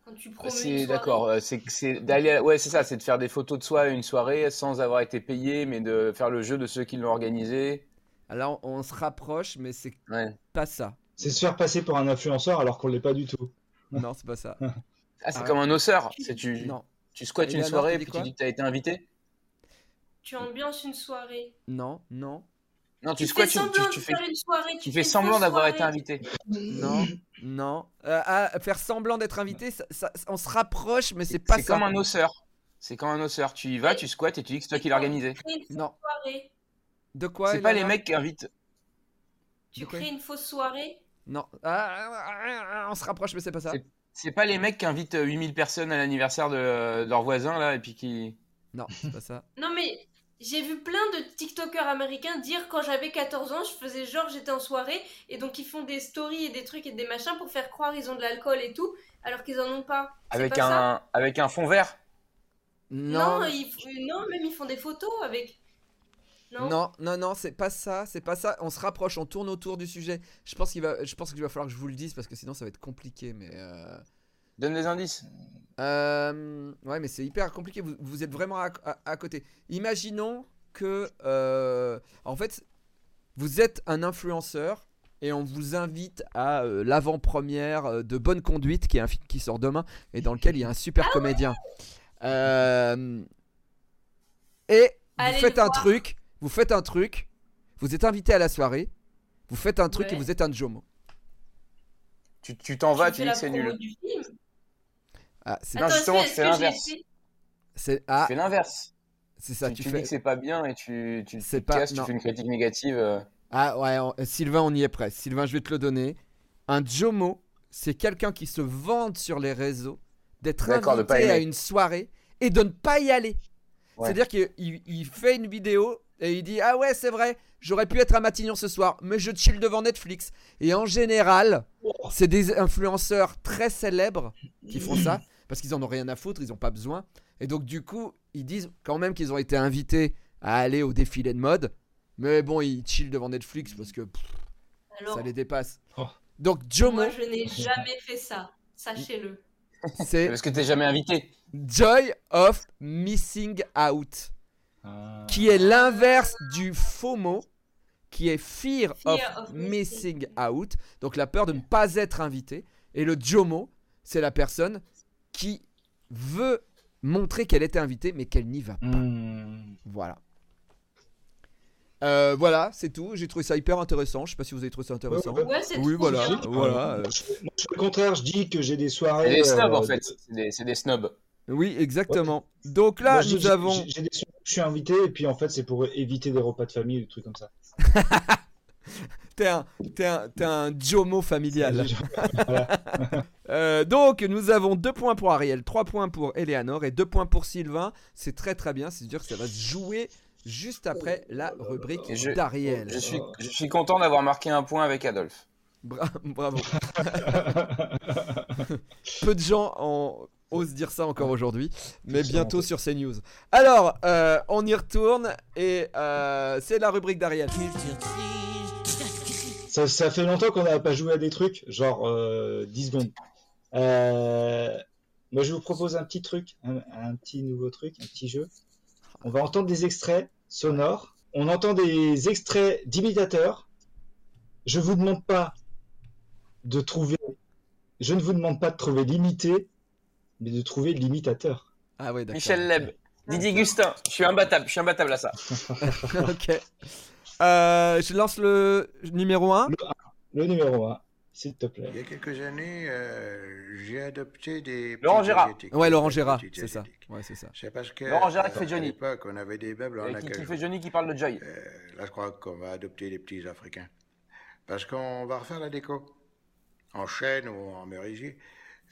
[SPEAKER 3] Quand tu promets une
[SPEAKER 4] C'est
[SPEAKER 3] soirée.
[SPEAKER 4] d'accord, euh, c'est c'est d'aller, à- ouais, c'est ça, c'est de faire des photos de soi à une soirée sans avoir été payé, mais de faire le jeu de ceux qui l'ont organisé.
[SPEAKER 2] Alors, on se rapproche, mais c'est
[SPEAKER 4] Ouais.
[SPEAKER 2] pas ça.
[SPEAKER 5] C'est se faire passer pour un influenceur alors qu'on l'est pas du tout.
[SPEAKER 2] Non, c'est pas ça.
[SPEAKER 4] Ah, c'est
[SPEAKER 2] Ah.
[SPEAKER 4] comme un osseur, c'est tu,
[SPEAKER 2] Non,
[SPEAKER 4] tu squattes une
[SPEAKER 2] Eleanor, t'as
[SPEAKER 4] soirée
[SPEAKER 2] dit
[SPEAKER 4] puis tu
[SPEAKER 2] quoi
[SPEAKER 4] dis que t'as été invité.
[SPEAKER 3] Tu ambiances une soirée.
[SPEAKER 2] non, non,
[SPEAKER 4] Non, tu,
[SPEAKER 3] Tu, fais
[SPEAKER 4] squattes, tu,
[SPEAKER 3] semblant
[SPEAKER 4] tu-
[SPEAKER 3] de
[SPEAKER 4] tu fais,
[SPEAKER 3] faire une soirée.
[SPEAKER 4] tu fais semblant d'avoir été
[SPEAKER 3] invité.
[SPEAKER 4] invité.
[SPEAKER 2] Non, non. Euh, ah, faire semblant d'être invité, ça- ça- on se rapproche, mais c'est pas
[SPEAKER 4] C'est
[SPEAKER 2] ça.
[SPEAKER 4] comme un osseur. C'est comme un osseur. Tu y vas, tu squattes et tu dis que c'est toi qui l'as organisé.
[SPEAKER 3] une
[SPEAKER 2] Non.
[SPEAKER 3] soirée.
[SPEAKER 2] De quoi
[SPEAKER 4] c'est pas les
[SPEAKER 2] Elena
[SPEAKER 4] mecs qui invitent.
[SPEAKER 3] Tu
[SPEAKER 2] De quoi
[SPEAKER 3] crées une fausse soirée.
[SPEAKER 2] Non. Ah, ah, ah, ah, on se rapproche, mais c'est pas ça.
[SPEAKER 4] C'est pas les mecs qui invitent euh, 8000 personnes à l'anniversaire de, de leur voisin là et puis qui.
[SPEAKER 2] Non, c'est pas ça.
[SPEAKER 3] Non mais j'ai vu plein de TikTokers américains dire quand j'avais 14 ans, je faisais genre j'étais en soirée et donc ils font des stories et des trucs et des machins pour faire croire ils ont de l'alcool et tout alors qu'ils en ont pas. C'est
[SPEAKER 4] Avec
[SPEAKER 3] pas ça
[SPEAKER 4] un, avec un fond vert.
[SPEAKER 3] non,
[SPEAKER 2] Non,
[SPEAKER 3] ils f- non, même ils font des photos avec. Non.
[SPEAKER 2] non, non, non, c'est pas ça, c'est pas ça. On se rapproche, on tourne autour du sujet. Je pense qu'il va, je pense qu'il va falloir que je vous le dise parce que sinon ça va être compliqué. Mais euh,
[SPEAKER 4] Donne des indices.
[SPEAKER 2] Euh, ouais, mais c'est hyper compliqué. Vous, vous êtes vraiment à, à- à côté. Imaginons que, euh, en fait, vous êtes un influenceur et on vous invite à euh, l'avant-première euh, de Bonne Conduite, qui est un film qui sort demain et dans lequel il y a un
[SPEAKER 3] Ah
[SPEAKER 2] super comédien. Euh, et
[SPEAKER 3] Allez
[SPEAKER 2] vous faites
[SPEAKER 3] le
[SPEAKER 2] un
[SPEAKER 3] voir.
[SPEAKER 2] truc, vous faites un truc, vous êtes invité à la soirée, vous faites un truc et
[SPEAKER 3] Ouais.
[SPEAKER 2] vous êtes un Jomo.
[SPEAKER 4] Tu tu t'en vas, tu
[SPEAKER 3] fais
[SPEAKER 4] dis
[SPEAKER 3] la
[SPEAKER 4] que c'est
[SPEAKER 3] promo
[SPEAKER 4] nul.
[SPEAKER 3] du film.
[SPEAKER 2] Ah, c'est
[SPEAKER 4] Non,
[SPEAKER 3] Attends,
[SPEAKER 4] justement, tu
[SPEAKER 3] est-ce que-
[SPEAKER 4] fais
[SPEAKER 3] est-ce que j'ai
[SPEAKER 4] l'inverse.
[SPEAKER 3] été-
[SPEAKER 2] c'est-
[SPEAKER 4] Tu
[SPEAKER 2] ah,
[SPEAKER 4] fais l'inverse.
[SPEAKER 2] c'est ça,
[SPEAKER 4] tu,
[SPEAKER 2] tu,
[SPEAKER 4] tu
[SPEAKER 2] fais.
[SPEAKER 4] dis que c'est pas bien et tu, tu,
[SPEAKER 2] C'est
[SPEAKER 4] tu te
[SPEAKER 2] pas-
[SPEAKER 4] casses, tu
[SPEAKER 2] non.
[SPEAKER 4] fais une critique négative. euh.
[SPEAKER 2] Ah ouais, on- euh, Sylvain, on y est presque. Sylvain, je vais te le donner. Un Jomo, c'est quelqu'un qui se vante sur les réseaux d'être
[SPEAKER 4] D'accord, de pas
[SPEAKER 2] invité à
[SPEAKER 4] aimer.
[SPEAKER 2] une soirée et de ne pas y aller.
[SPEAKER 4] Ouais.
[SPEAKER 2] C'est-à-dire qu'il il- il fait une vidéo et il dit Ah ouais, c'est vrai, j'aurais pu être à Matignon ce soir, mais je chill devant Netflix. Et en général, c'est des influenceurs très célèbres qui font ça parce qu'ils en ont rien à foutre, ils n'ont pas besoin. Et donc, du coup, ils disent quand même qu'ils ont été invités à aller au défilé de mode. Mais bon, ils chillent devant Netflix parce que pff,
[SPEAKER 3] Alors,
[SPEAKER 2] ça les dépasse.
[SPEAKER 5] Oh.
[SPEAKER 2] Donc, Jomo,
[SPEAKER 3] moi, je n'ai jamais fait ça. Sachez-le.
[SPEAKER 4] C'est
[SPEAKER 2] c'est
[SPEAKER 4] Parce que t'es jamais invité.
[SPEAKER 2] Joy of Missing Out, qui est l'inverse du FOMO, qui est Fear,
[SPEAKER 3] Fear
[SPEAKER 2] of,
[SPEAKER 3] of
[SPEAKER 2] Missing
[SPEAKER 3] missing
[SPEAKER 2] Out, donc la peur de ne pas être invité. Et le Jomo, c'est la personne qui veut montrer qu'elle était invitée, mais qu'elle n'y va pas.
[SPEAKER 5] Hmm.
[SPEAKER 2] Voilà. Euh, voilà, c'est tout. J'ai trouvé ça hyper intéressant. Je sais pas si vous avez trouvé ça intéressant.
[SPEAKER 5] Ouais,
[SPEAKER 3] Ouais, c'est
[SPEAKER 2] Oui,
[SPEAKER 3] trop
[SPEAKER 2] voilà.
[SPEAKER 3] bien.
[SPEAKER 2] Voilà,
[SPEAKER 5] Euh,
[SPEAKER 2] euh.
[SPEAKER 5] moi, je- moi, je suis le contraire, je dis que j'ai des soirées.
[SPEAKER 2] Ah
[SPEAKER 4] C'est des
[SPEAKER 5] euh,
[SPEAKER 4] snobs en fait. C'est des, c'est des snobs.
[SPEAKER 2] Oui, exactement. Donc là,
[SPEAKER 5] moi, je dis-
[SPEAKER 2] nous
[SPEAKER 5] j'ai-
[SPEAKER 2] avons.
[SPEAKER 5] j'ai- j'ai des soirées où Je suis invité et puis en fait c'est pour éviter des repas de famille ou des trucs comme ça.
[SPEAKER 2] T'es un, t'es un, t'es un Jomo familial.
[SPEAKER 5] Genre,
[SPEAKER 2] Euh, donc, nous avons 2 points pour Ariel, 3 points pour Eleanor et 2 points pour Sylvain. C'est très très bien. C'est sûr que ça va se jouer juste après la rubrique
[SPEAKER 4] Et je-
[SPEAKER 2] d'Ariel.
[SPEAKER 4] Je suis, je suis content d'avoir marqué un point avec Adolphe.
[SPEAKER 2] Bra- bravo. Peu de gens en osent dire ça encore aujourd'hui, mais bientôt sur CNews. Alors, euh, on y retourne et euh, c'est la rubrique d'Ariel.
[SPEAKER 5] ça, ça fait longtemps qu'on n'a pas joué à des trucs, genre euh, 10 secondes. Euh, moi je vous propose un petit truc, un, un petit nouveau truc, un petit jeu. On va entendre des extraits sonores. On entend des extraits d'imitateurs. Je vous demande pas de trouver. Je ne vous demande pas de trouver l'imité, mais de trouver l'imitateur.
[SPEAKER 2] Ah oui, d'accord.
[SPEAKER 4] Michel Leb, Didier Gustin, je suis imbattable, je suis imbattable à ça.
[SPEAKER 2] ok. Euh, je lance le numéro 1.
[SPEAKER 5] Le numéro 1, s'il te plaît.
[SPEAKER 9] Il y a quelques années, euh, j'ai adopté des.
[SPEAKER 4] Laurent
[SPEAKER 9] petites
[SPEAKER 4] Gérard.
[SPEAKER 9] asiatiques,
[SPEAKER 2] Ouais, Laurent
[SPEAKER 9] des
[SPEAKER 2] Gérard,
[SPEAKER 9] petites
[SPEAKER 2] c'est ça.
[SPEAKER 9] asiatiques.
[SPEAKER 2] Ouais, c'est ça.
[SPEAKER 9] C'est parce que.
[SPEAKER 4] Laurent Gérard qui fait
[SPEAKER 9] euh,
[SPEAKER 4] Johnny.
[SPEAKER 9] À l'époque, on avait des meubles en
[SPEAKER 4] Euh, Qui, qui
[SPEAKER 9] acajou.
[SPEAKER 4] fait Johnny qui parle de Joy.
[SPEAKER 9] Euh, là, je crois qu'on va adopter les petits Africains. Parce qu'on va refaire la déco. En chêne ou en merisier.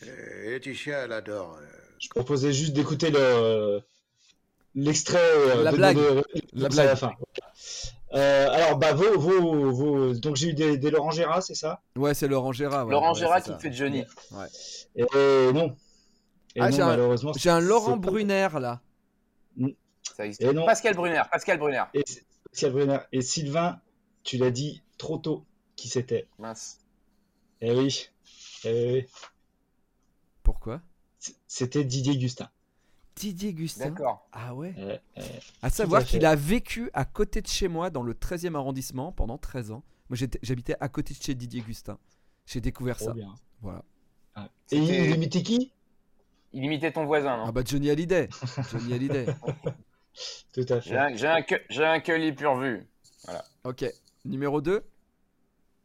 [SPEAKER 9] Euh, et Laetitia, elle adore. euh,
[SPEAKER 5] Je proposais juste d'écouter le l'extrait euh,
[SPEAKER 2] La
[SPEAKER 5] de-
[SPEAKER 2] blague.
[SPEAKER 5] de- de-
[SPEAKER 2] La
[SPEAKER 5] c'est à
[SPEAKER 2] blague.
[SPEAKER 5] fin. Euh, alors bah vos, vos, vos- donc j'ai eu des, des Laurent Gérard, c'est ça
[SPEAKER 2] Ouais, c'est Laurent Gérard. ouais,
[SPEAKER 4] Laurent
[SPEAKER 2] ouais,
[SPEAKER 4] Gérard
[SPEAKER 2] c'est
[SPEAKER 4] qui
[SPEAKER 2] ça.
[SPEAKER 4] fait Johnny.
[SPEAKER 5] Et euh, non. Et
[SPEAKER 2] Ah,
[SPEAKER 5] non,
[SPEAKER 2] j'ai un-
[SPEAKER 5] malheureusement.
[SPEAKER 2] J'ai un
[SPEAKER 5] c'est
[SPEAKER 2] Laurent
[SPEAKER 5] pas-
[SPEAKER 2] Brunner là.
[SPEAKER 4] Ça existe.
[SPEAKER 5] Et non.
[SPEAKER 4] Pascal Brunner, Pascal Brunner.
[SPEAKER 5] Et, c'est- Pascal Brunner. Et Sylvain, tu l'as dit trop tôt qui c'était.
[SPEAKER 4] Mince.
[SPEAKER 5] Eh oui. Eh oui.
[SPEAKER 2] Pourquoi
[SPEAKER 5] C- C'était Didier Gustin. Eh,
[SPEAKER 2] Didier Gustin.
[SPEAKER 4] D'accord.
[SPEAKER 2] Ah ouais.
[SPEAKER 5] Ouais, ouais.
[SPEAKER 2] À savoir
[SPEAKER 5] à fait.
[SPEAKER 2] qu'il a vécu à côté de chez moi dans le 13e arrondissement pendant 13 ans. Moi j'étais- j'habitais à côté de chez Didier Gustin. J'ai découvert
[SPEAKER 5] Trop
[SPEAKER 2] ça.
[SPEAKER 5] bien.
[SPEAKER 2] Voilà.
[SPEAKER 5] Ah. Et il,
[SPEAKER 4] C'était-
[SPEAKER 5] il imitait qui
[SPEAKER 4] Il imitait ton voisin. non
[SPEAKER 2] Ah bah Johnny Hallyday. Johnny Hallyday.
[SPEAKER 5] Tout
[SPEAKER 2] bah,
[SPEAKER 5] à
[SPEAKER 4] J'ai
[SPEAKER 5] fait.
[SPEAKER 4] un, j'ai un, que- j'ai un queue pur vu.
[SPEAKER 2] Ok. Numéro 2.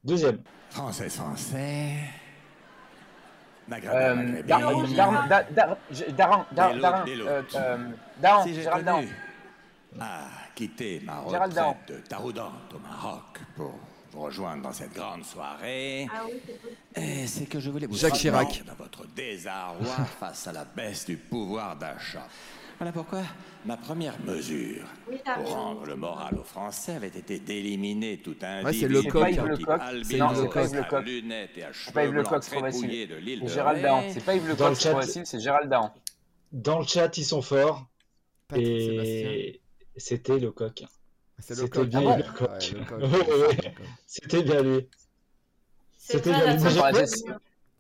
[SPEAKER 5] Deuxième.
[SPEAKER 9] Français, français.
[SPEAKER 2] Ah, bah,
[SPEAKER 4] Euh, Dar-
[SPEAKER 3] Laurent
[SPEAKER 4] Dar-
[SPEAKER 3] Gérard.
[SPEAKER 4] Dar- Dar- G- Daran, Dar-
[SPEAKER 9] Et l'autre,
[SPEAKER 4] Daran,
[SPEAKER 9] et l'autre.
[SPEAKER 4] euh, euh, Daran,
[SPEAKER 9] Si j'ai
[SPEAKER 4] Gérald Daran.
[SPEAKER 9] connu. Ah, quitter ma
[SPEAKER 4] Gérald Daran.
[SPEAKER 9] retraite de Taroudante au Maroc pour vous rejoindre dans cette grande soirée.
[SPEAKER 3] Ah oui, c'est possible.
[SPEAKER 9] Et c'est que je voulais vous
[SPEAKER 2] Jacques
[SPEAKER 9] surprendre
[SPEAKER 2] Chirac.
[SPEAKER 9] dans votre désarroi face à la baisse du pouvoir d'achat. Voilà pourquoi ma première mesure
[SPEAKER 3] Oui,
[SPEAKER 10] Oh,
[SPEAKER 3] t'as
[SPEAKER 9] pour
[SPEAKER 3] raison.
[SPEAKER 9] rendre le moral aux Français avait été d'éliminer tout un
[SPEAKER 2] Ouais, c'est Lecoq,
[SPEAKER 9] type
[SPEAKER 2] hein.
[SPEAKER 4] Lecoq.
[SPEAKER 9] albino,
[SPEAKER 2] Non, c'est pas
[SPEAKER 9] à
[SPEAKER 4] Yves Lecoq.
[SPEAKER 9] lunettes et à
[SPEAKER 4] C'est pas Yves
[SPEAKER 9] cheveux
[SPEAKER 4] Lecoq,
[SPEAKER 9] blancs
[SPEAKER 4] c'est trop facile.
[SPEAKER 9] trépouillés de l'île de
[SPEAKER 4] Gérald
[SPEAKER 9] Ré.
[SPEAKER 4] Daran. C'est pas Yves
[SPEAKER 5] Dans le
[SPEAKER 4] Lecoq, c'est trop
[SPEAKER 5] chat.
[SPEAKER 4] facile, c'est Gérald Daran.
[SPEAKER 5] Dans le chat, ils sont forts.
[SPEAKER 2] Patrick Sébastien.
[SPEAKER 5] et c'était le coq.
[SPEAKER 2] C'est
[SPEAKER 5] c'était
[SPEAKER 2] Lecoq.
[SPEAKER 5] bien
[SPEAKER 2] Ah bon
[SPEAKER 5] Lecoq.
[SPEAKER 2] Ouais, Lecoq.
[SPEAKER 5] Ouais, ouais, ouais. C'était bien lui.
[SPEAKER 3] C'est
[SPEAKER 5] C'était
[SPEAKER 3] vrai,
[SPEAKER 5] la
[SPEAKER 3] la
[SPEAKER 5] Louise
[SPEAKER 3] Saint-Germain.
[SPEAKER 5] Jaurès.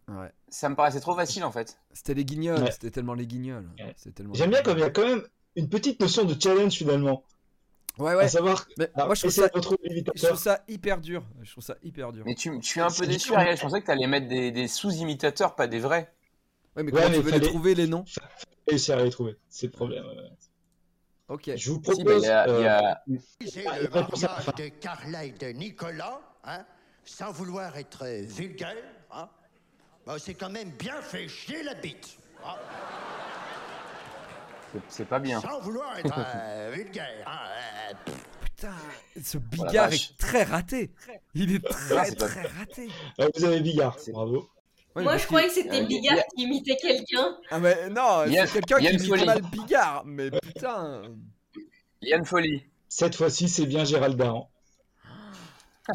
[SPEAKER 2] Ouais.
[SPEAKER 4] Ça me paraissait trop facile en fait.
[SPEAKER 2] C'était les guignols,
[SPEAKER 5] Ouais.
[SPEAKER 2] c'était tellement les guignols.
[SPEAKER 5] Ouais.
[SPEAKER 2] C'était tellement-
[SPEAKER 5] J'aime bien comme il y a quand même une petite notion de challenge finalement.
[SPEAKER 2] Ouais, ouais.
[SPEAKER 5] À savoir,
[SPEAKER 2] Mais
[SPEAKER 5] alors,
[SPEAKER 2] moi, je trouve,
[SPEAKER 5] essayer
[SPEAKER 2] ça,
[SPEAKER 5] de retrouver
[SPEAKER 2] je trouve
[SPEAKER 5] l'évitateur.
[SPEAKER 2] ça hyper dur. Je trouve ça hyper dur.
[SPEAKER 4] Mais tu, tu es un peu
[SPEAKER 5] C'est
[SPEAKER 4] déçu,
[SPEAKER 5] dur.
[SPEAKER 4] Ariel. Je pensais que t'allais mettre des, des sous-imitateurs, pas des vrais.
[SPEAKER 2] Ouais, mais
[SPEAKER 5] Ouais,
[SPEAKER 2] comment
[SPEAKER 5] mais
[SPEAKER 2] tu veux les
[SPEAKER 5] fallait-
[SPEAKER 2] trouver, les noms
[SPEAKER 5] Réussir à les trouver, c'est le problème. ouais.
[SPEAKER 2] Ok.
[SPEAKER 5] Je vous
[SPEAKER 4] Si, bah,
[SPEAKER 5] propose.
[SPEAKER 4] il y a- il y a-
[SPEAKER 5] euh,
[SPEAKER 10] C'est
[SPEAKER 5] Ah,
[SPEAKER 10] le
[SPEAKER 5] il prend pour ça.
[SPEAKER 10] mariage de Carla et de Nicolas, hein, sans vouloir être euh, vulgaire, hein, bah, c'est quand même bien fait chier la bite. hein.
[SPEAKER 4] C'est- C'est pas bien.
[SPEAKER 10] sans vouloir être euh, vulgaire. hein, euh, pff,
[SPEAKER 2] Putain, ce Bigard
[SPEAKER 4] vache.
[SPEAKER 2] est très raté. Il est
[SPEAKER 4] Ouais,
[SPEAKER 2] très
[SPEAKER 4] c'est pas-
[SPEAKER 2] très raté.
[SPEAKER 5] euh, vous avez Bigard,
[SPEAKER 4] C'est-
[SPEAKER 5] bravo.
[SPEAKER 2] Ouais,
[SPEAKER 3] Moi,
[SPEAKER 2] parce
[SPEAKER 3] je
[SPEAKER 2] qu'il-
[SPEAKER 3] croyais que c'était
[SPEAKER 4] euh,
[SPEAKER 3] Bigard
[SPEAKER 4] il y a-
[SPEAKER 3] qui imitait quelqu'un.
[SPEAKER 2] Ah, mais non,
[SPEAKER 4] Yann-
[SPEAKER 2] c'est quelqu'un qui
[SPEAKER 4] Yann
[SPEAKER 2] imite
[SPEAKER 4] Follet.
[SPEAKER 2] mal Bigard. Mais putain.
[SPEAKER 4] Yann Folie.
[SPEAKER 5] Cette fois-ci, c'est bien Gérald Daran.